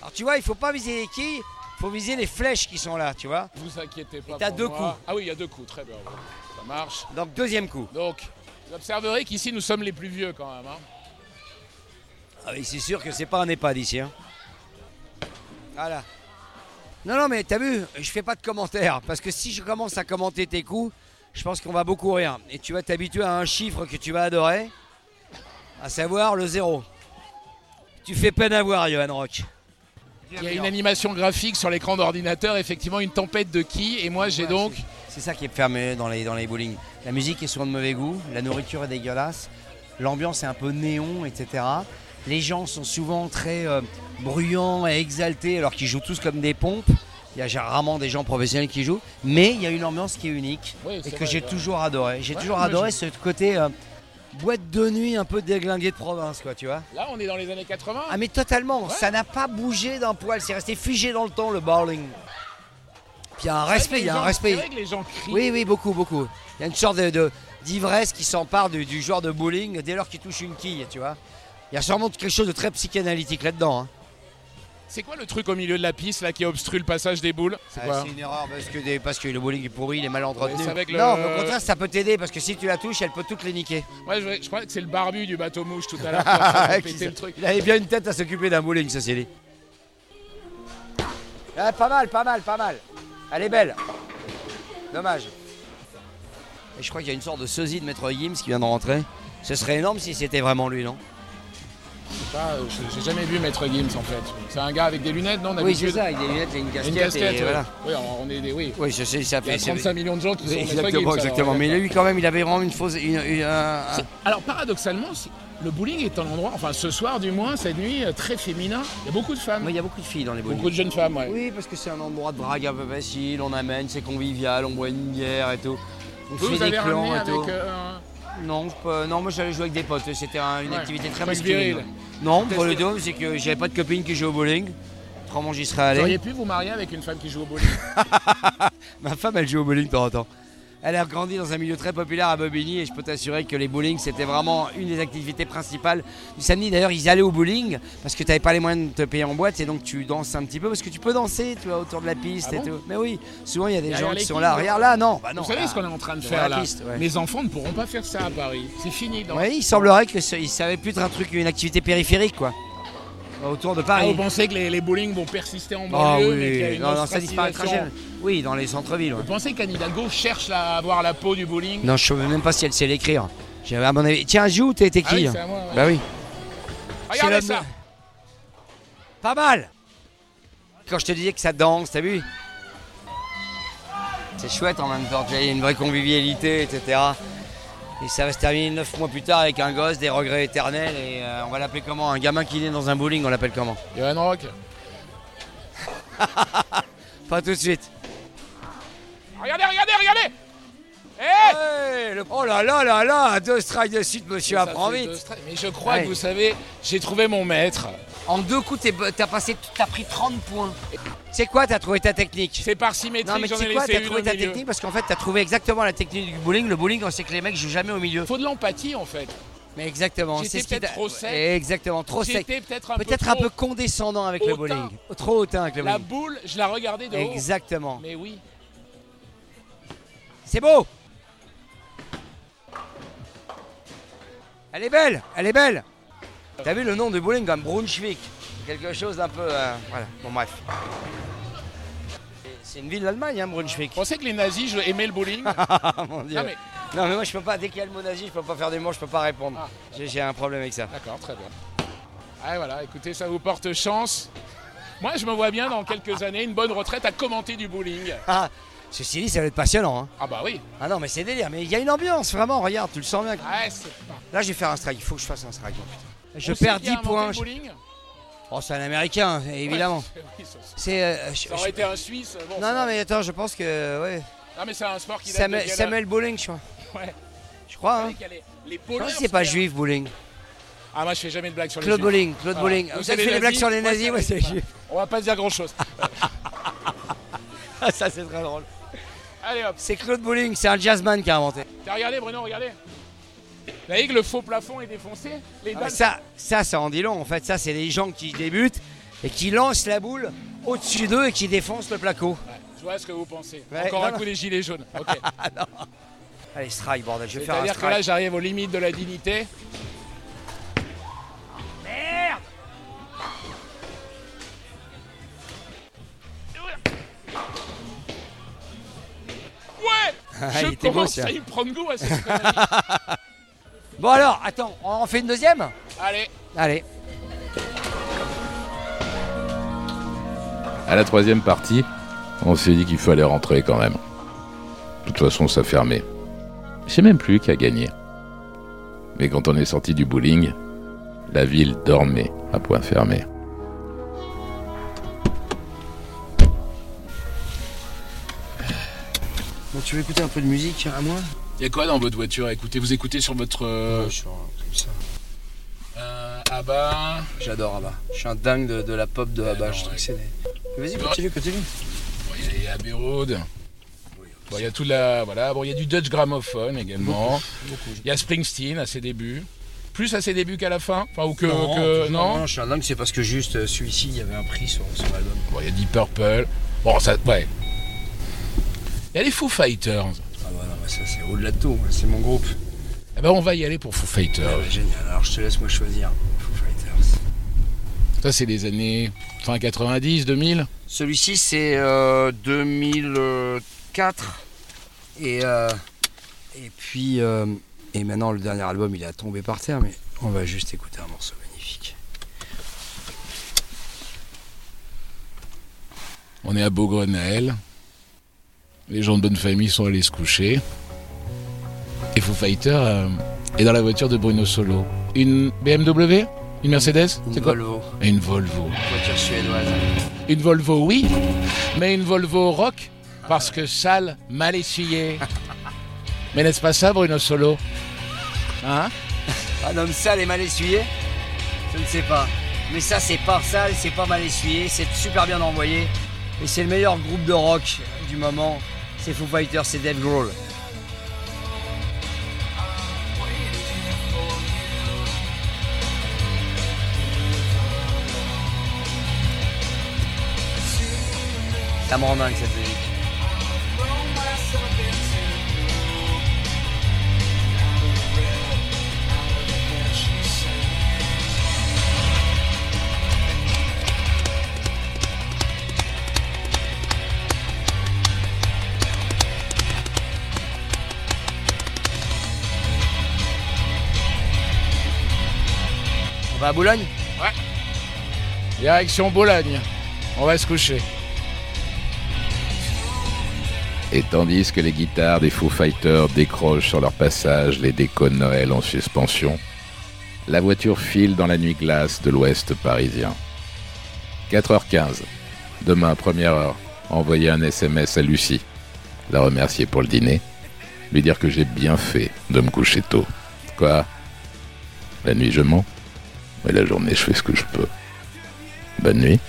Speaker 3: Alors tu vois, il faut pas viser les quilles, faut viser les flèches qui sont là, tu vois.
Speaker 1: Vous inquiétez pas.
Speaker 3: Et t'as
Speaker 1: pour
Speaker 3: deux
Speaker 1: moi.
Speaker 3: coups.
Speaker 1: Ah oui, il y a deux coups. Très bien. Ça marche.
Speaker 3: Donc deuxième coup.
Speaker 1: Donc, vous observerez qu'ici, nous sommes les plus vieux quand même. hein.
Speaker 3: Ah oui, c'est sûr que c'est pas un EHPAD ici. Hein. Voilà. Non, non, mais t'as vu, je fais pas de commentaires. Parce que si je commence à commenter tes coups, je pense qu'on va beaucoup rire. Et tu vas t'habituer à un chiffre que tu vas adorer, à savoir le zéro. Tu fais peine à voir, Johan Rock.
Speaker 1: Il y a une animation graphique sur l'écran d'ordinateur. Effectivement, une tempête de qui Et moi, j'ai
Speaker 3: Ouais,
Speaker 1: donc.
Speaker 3: c'est- C'est ça qui est fermé dans les, dans les bowling. La musique est souvent de mauvais goût, la nourriture est dégueulasse, l'ambiance est un peu néon, etc. Les gens sont souvent très euh, bruyants et exaltés alors qu'ils jouent tous comme des pompes. Il y a rarement des gens professionnels qui jouent, mais il y a une ambiance qui est unique
Speaker 1: Oui,
Speaker 3: et
Speaker 1: c'est
Speaker 3: que
Speaker 1: vrai,
Speaker 3: j'ai
Speaker 1: ouais.
Speaker 3: toujours adoré. J'ai
Speaker 1: Ouais,
Speaker 3: toujours
Speaker 1: moi,
Speaker 3: adoré ce côté euh, boîte de nuit un peu déglinguée de province, quoi, tu vois.
Speaker 1: Là, on est dans les années 80.
Speaker 3: Ah mais totalement,
Speaker 1: Ouais.
Speaker 3: ça n'a pas bougé d'un poil, c'est resté figé dans le temps le bowling. Puis il y a un
Speaker 1: C'est vrai que
Speaker 3: respect, il y
Speaker 1: les
Speaker 3: a un
Speaker 1: gens-
Speaker 3: respect.
Speaker 1: C'est vrai que les gens crient.
Speaker 3: Oui, oui, beaucoup, beaucoup. Il y a une sorte de- de- d'ivresse qui s'empare du, du joueur de bowling dès lors qu'il touche une quille, tu vois. Il y a sûrement quelque chose de très psychanalytique là-dedans. hein.
Speaker 1: C'est quoi le truc au milieu de la piste là qui obstrue le passage des boules C'est
Speaker 3: Ah,
Speaker 1: quoi
Speaker 3: c'est une erreur parce que, des- parce que le bowling est pourri, il est mal entretenu.
Speaker 1: Ouais, c'est avec le-
Speaker 3: Non, mais au contraire, ça peut t'aider parce que si tu la touches, elle peut toutes les niquer.
Speaker 1: Ouais, je, je crois que c'est le barbu du bateau mouche tout à l'heure. qui a Ah, fait
Speaker 3: Qui
Speaker 1: péter
Speaker 3: ça-
Speaker 1: le truc.
Speaker 3: Il avait bien une tête à s'occuper d'un bowling, ceci dit. Ah, pas mal, pas mal, pas mal. Elle est belle. Dommage. Et je crois qu'il y a une sorte de sosie de Maître Gims qui vient de rentrer. Ce serait énorme si c'était vraiment lui, non
Speaker 1: Ah, euh, je- J'ai jamais vu Maître Gims en fait. C'est un gars avec des lunettes, non
Speaker 3: Oui, c'est
Speaker 1: d'habitude
Speaker 3: ça, il a des lunettes, il a une
Speaker 1: Une
Speaker 3: casquette.
Speaker 1: casquette,
Speaker 3: et
Speaker 1: ouais.
Speaker 3: voilà.
Speaker 1: Oui, on on est des. Oui.
Speaker 3: Oui, je sais, ça
Speaker 1: Il y
Speaker 3: fait.
Speaker 1: a 35 millions de gens qui sont Maître Gims,
Speaker 3: Exactement,
Speaker 1: alors,
Speaker 3: exactement.
Speaker 1: ouais,
Speaker 3: Mais
Speaker 1: d'accord.
Speaker 3: lui, quand même, il avait vraiment une fausse. une- une- un- un-
Speaker 1: Alors paradoxalement, si- le bowling est un endroit, enfin ce soir du moins, cette nuit, euh, très féminin. Il y a beaucoup de femmes.
Speaker 3: Mais il y a beaucoup de filles dans les bowling.
Speaker 1: Beaucoup de jeunes femmes, ouais.
Speaker 3: Oui, parce que c'est un endroit de drague un peu facile, on amène, c'est convivial, on boit une bière et tout. On
Speaker 1: Vous,
Speaker 3: fait
Speaker 1: vous
Speaker 3: des
Speaker 1: avez
Speaker 3: clans
Speaker 1: ramené
Speaker 3: et tout.
Speaker 1: avec. euh, un-
Speaker 3: Non, je peux- non, moi j'allais jouer avec des potes, c'était un- une
Speaker 1: Ouais,
Speaker 3: activité très
Speaker 1: truc
Speaker 3: masculine.
Speaker 1: viril.
Speaker 3: Non, pour le dos, c'est que j'avais pas de copine qui jouait au bowling. Autrement, j'y serais allé.
Speaker 1: Vous auriez pu vous marier avec une femme qui joue au bowling.
Speaker 3: Ma femme, elle joue au bowling de temps en temps. Elle a grandi dans un milieu très populaire à Bobigny et je peux t'assurer que les bowling, c'était vraiment une des activités principales du samedi. D'ailleurs, ils allaient au bowling parce que tu n'avais pas les moyens de te payer en boîte et donc tu danses un petit peu parce que tu peux danser, tu vois, autour de la piste
Speaker 1: Ah
Speaker 3: et
Speaker 1: bon
Speaker 3: tout. Mais oui, souvent il y a des
Speaker 1: Derrière
Speaker 3: gens qui
Speaker 1: les
Speaker 3: sont
Speaker 1: quilles,
Speaker 3: là.
Speaker 1: ouais.
Speaker 3: Regarde là, non, bah non.
Speaker 1: vous savez
Speaker 3: là.
Speaker 1: ce qu'on est en train de
Speaker 3: Dans
Speaker 1: faire
Speaker 3: la
Speaker 1: là
Speaker 3: piste, ouais.
Speaker 1: Mes enfants ne pourront pas faire ça à Paris. C'est fini. Dans...
Speaker 3: Ouais, il semblerait que ce- ils savaient plus être un truc, une activité périphérique, quoi. Autour de
Speaker 1: Ah, vous
Speaker 3: Paris.
Speaker 1: pensez que les, les bowling vont persister en
Speaker 3: Ah
Speaker 1: banlieue mais qu'il y a
Speaker 3: oui,
Speaker 1: une
Speaker 3: non, non, ça disparaîtra
Speaker 1: ostracisation
Speaker 3: jamais. Oui, dans les centres-villes. ouais.
Speaker 1: Vous pensez qu'Anne Hidalgo cherche la- à avoir la peau du bowling
Speaker 3: Non, je ne savais même pas si elle sait l'écrire. J'avais à mon avis. Tiens, joue, t'es t'es
Speaker 1: Ah oui,
Speaker 3: qui
Speaker 1: c'est à moi, ouais.
Speaker 3: Bah oui.
Speaker 1: Regardez
Speaker 3: c'est
Speaker 1: ça
Speaker 3: l'homme- Pas mal Quand je te disais que ça danse, t'as vu C'est chouette en même temps, tu vois, il y a une vraie convivialité, etc. Et ça va se terminer 9 mois plus tard avec un gosse, des regrets éternels, et euh, on va l'appeler comment Un gamin qui naît dans un bowling, on l'appelle comment
Speaker 1: Johan Rock.
Speaker 3: Pas tout de suite.
Speaker 1: Regardez, regardez, regardez Eh
Speaker 3: Hey, le- Oh là là là là Deux strikes de suite, monsieur,
Speaker 1: Ça
Speaker 3: apprends
Speaker 1: fait deux
Speaker 3: vite
Speaker 1: strikes. Mais je crois
Speaker 3: Ouais.
Speaker 1: que vous savez, j'ai trouvé mon maître.
Speaker 3: En deux coups, t'es- t'as passé, t'as pris 30 points. C'est quoi, t'as trouvé ta technique
Speaker 1: C'est par symétrie
Speaker 3: Non mais
Speaker 1: que
Speaker 3: tu
Speaker 1: j'en
Speaker 3: sais
Speaker 1: ai
Speaker 3: quoi,
Speaker 1: laissé
Speaker 3: t'as
Speaker 1: une
Speaker 3: trouvé
Speaker 1: au
Speaker 3: ta
Speaker 1: milieu.
Speaker 3: technique parce qu'en fait t'as trouvé exactement la technique du bowling. Le bowling on sait que les mecs jouent jamais au milieu.
Speaker 1: Faut de l'empathie en fait.
Speaker 3: Mais exactement,
Speaker 1: J'étais
Speaker 3: c'est ce qui
Speaker 1: peut-être
Speaker 3: t'a-
Speaker 1: trop sec.
Speaker 3: Exactement, trop sec.
Speaker 1: J'étais peut-être un peu
Speaker 3: Peut-être un
Speaker 1: trop-
Speaker 3: peu condescendant avec le
Speaker 1: hautain.
Speaker 3: bowling. Trop hautain avec le
Speaker 1: La
Speaker 3: bowling.
Speaker 1: boule, je la regardais de haut.
Speaker 3: Exactement.
Speaker 1: Mais oui.
Speaker 3: C'est beau Elle est belle, elle est belle T'as vu le nom du bowling comme Brunswick Quelque chose d'un peu... euh, voilà, bon bref. C'est- C'est une ville d'Allemagne, hein, Brunswick.
Speaker 1: Vous pensez que les nazis je- aimaient le bowling
Speaker 3: Ah, mon Dieu.
Speaker 1: Non, mais-
Speaker 3: Non, mais moi je peux pas, dès qu'il y a le mot nazi, je peux pas faire des mots, je peux pas répondre.
Speaker 1: Ah.
Speaker 3: J'ai- J'ai un problème avec ça.
Speaker 1: D'accord, très bien. Ah voilà, écoutez, ça vous porte chance. Moi, je me vois bien dans quelques années une bonne retraite à commenter du bowling.
Speaker 3: Ah, ceci dit, ça va être passionnant. hein.
Speaker 1: Ah bah oui.
Speaker 3: Ah non, mais c'est délire, mais il y a une ambiance, vraiment, regarde, tu le sens bien.
Speaker 1: Ah, c'est pas-
Speaker 3: Là, je vais faire un strike, il faut que je fasse un strike. oh, putain. Je
Speaker 1: On sait
Speaker 3: perds
Speaker 1: qui a
Speaker 3: 10
Speaker 1: inventé
Speaker 3: points.
Speaker 1: le bowling
Speaker 3: Oh, c'est un américain, évidemment.
Speaker 1: Ouais, oui, ça, ça
Speaker 3: C'est. euh, je-
Speaker 1: aurait
Speaker 3: je-
Speaker 1: été un Suisse. bon, ça-
Speaker 3: Non, non, mais attends, je pense que. Ouais.
Speaker 1: Ah, mais c'est un sport qui date
Speaker 3: Samuel,
Speaker 1: de quelle-
Speaker 3: Samuel Bowling, je crois.
Speaker 1: Ouais.
Speaker 3: Je crois,
Speaker 1: Vous
Speaker 3: hein.
Speaker 1: savez qu'il y a Les, les
Speaker 3: Je
Speaker 1: bowlers,
Speaker 3: crois que c'est pas
Speaker 1: c'est-
Speaker 3: juif, Bowling.
Speaker 1: Ah, moi, je fais jamais de blagues sur les
Speaker 3: Claude
Speaker 1: juifs.
Speaker 3: Bowling, Claude
Speaker 1: Voilà.
Speaker 3: Bowling.
Speaker 1: Ah. Vous,
Speaker 3: Vous
Speaker 1: c'est
Speaker 3: avez
Speaker 1: les
Speaker 3: fait les blagues
Speaker 1: nazis,
Speaker 3: sur les
Speaker 1: moi,
Speaker 3: nazis,
Speaker 1: c'est
Speaker 3: ouais, c'est
Speaker 1: les-
Speaker 3: juif.
Speaker 1: On va pas dire grand chose.
Speaker 3: Ah, ça, c'est très drôle.
Speaker 1: Allez hop.
Speaker 3: C'est Claude Bowling, c'est un jazzman qui a inventé.
Speaker 1: T'as regardé, Bruno, regardez. Vous voyez que le faux plafond est défoncé Les
Speaker 3: Ah, mais
Speaker 1: dames-
Speaker 3: ça, ça, ça en dit long. En fait, ça, c'est les gens qui débutent et qui lancent la boule au-dessus d'eux et qui défoncent le placo.
Speaker 1: Ouais, je vois ce que vous pensez.
Speaker 3: Ouais,
Speaker 1: Encore
Speaker 3: non,
Speaker 1: un
Speaker 3: non.
Speaker 1: coup des gilets jaunes. Ok.
Speaker 3: Allez, strike, bordel, je vais faire un
Speaker 1: C'est-à-dire que là,
Speaker 3: strike.
Speaker 1: j'arrive aux limites de la dignité. Merde
Speaker 3: Ah,
Speaker 1: Ouais
Speaker 3: il
Speaker 1: Je
Speaker 3: était beau,
Speaker 1: commence
Speaker 3: celui-là.
Speaker 1: à y prendre goût à cette connerie.
Speaker 3: Bon, alors, attends, on en fait une deuxième
Speaker 1: Allez,
Speaker 3: Allez.
Speaker 11: À la troisième partie, on s'est dit qu'il fallait rentrer quand même. De toute façon, ça fermait. Je sais même plus qui a gagné. Mais quand on est sorti du bowling, la ville dormait à point fermé.
Speaker 3: Bon, tu veux écouter un peu de musique à moi
Speaker 1: il y a quoi dans votre voiture Écoutez, vous écoutez sur votre. euh, euh, ah bah.
Speaker 3: J'adore Abba. Je suis un dingue de, de la pop de Abba.
Speaker 1: non,
Speaker 3: je trouve
Speaker 1: ouais.
Speaker 3: que c'est des- Mais Vas-y,
Speaker 1: Ouais.
Speaker 3: continue, continue.
Speaker 1: Bon, Il y a Abbey Road. Bon, il y a tout la. Voilà, bon, il y a du Dutch gramophone également. Il y a Springsteen à ses débuts. plus à ses débuts qu'à la fin Enfin, ou que.
Speaker 3: non,
Speaker 1: que-
Speaker 3: non,
Speaker 1: non
Speaker 3: non, je suis un dingue, c'est parce que juste euh, celui-ci, il y avait un prix sur son album.
Speaker 1: Bon, il y a Deep Purple. Bon, ça. Ouais. Il y a les Foo Fighters.
Speaker 3: Ah bah non, bah ça c'est au-delà de tout, c'est mon groupe.
Speaker 1: Eh ben, on va y aller pour Foo
Speaker 3: Ah
Speaker 1: Fighters.
Speaker 3: bah, génial, alors je te laisse moi choisir Foo Fighters.
Speaker 1: Ça, c'est les années fin 90, 2000.
Speaker 3: Celui-ci c'est euh, 2004 et, euh, et puis euh, et maintenant le dernier album il a tombé par terre mais on va juste écouter un morceau magnifique.
Speaker 1: On est à Beaugrenelle. Les gens de bonne famille sont allés se coucher. Et Foo Fighter euh, est dans la voiture de Bruno Solo. Une BMW Une Mercedes
Speaker 3: Une
Speaker 1: C'est quoi
Speaker 3: Volvo,
Speaker 1: Et Une Volvo.
Speaker 3: voiture suédoise.
Speaker 1: Une Volvo, oui, mais une Volvo rock, parce que sale, mal essuyée. Mais n'est-ce pas ça, Bruno Solo Hein
Speaker 3: Un homme sale et mal essuyé Je ne sais pas. Mais ça c'est pas sale, c'est pas mal essuyé, c'est super bien envoyé. Et c'est le meilleur groupe de rock du moment. C'est Foo Fighters, c'est Dave Grohl. Ça me rend dingue cette musique. On va à Boulogne
Speaker 1: Direction Bologne. On va se coucher.
Speaker 11: Et tandis que les guitares des Foo Fighters décrochent sur leur passage les décos de Noël en suspension, la voiture file dans la nuit glace de l'ouest parisien. 4h15. Demain, première heure, envoyer un SMS à Lucie, la remercier pour le dîner, lui dire que j'ai bien fait de me coucher tôt. Quoi La nuit, je mens Mais la journée, je fais ce que je peux. Bonne nuit.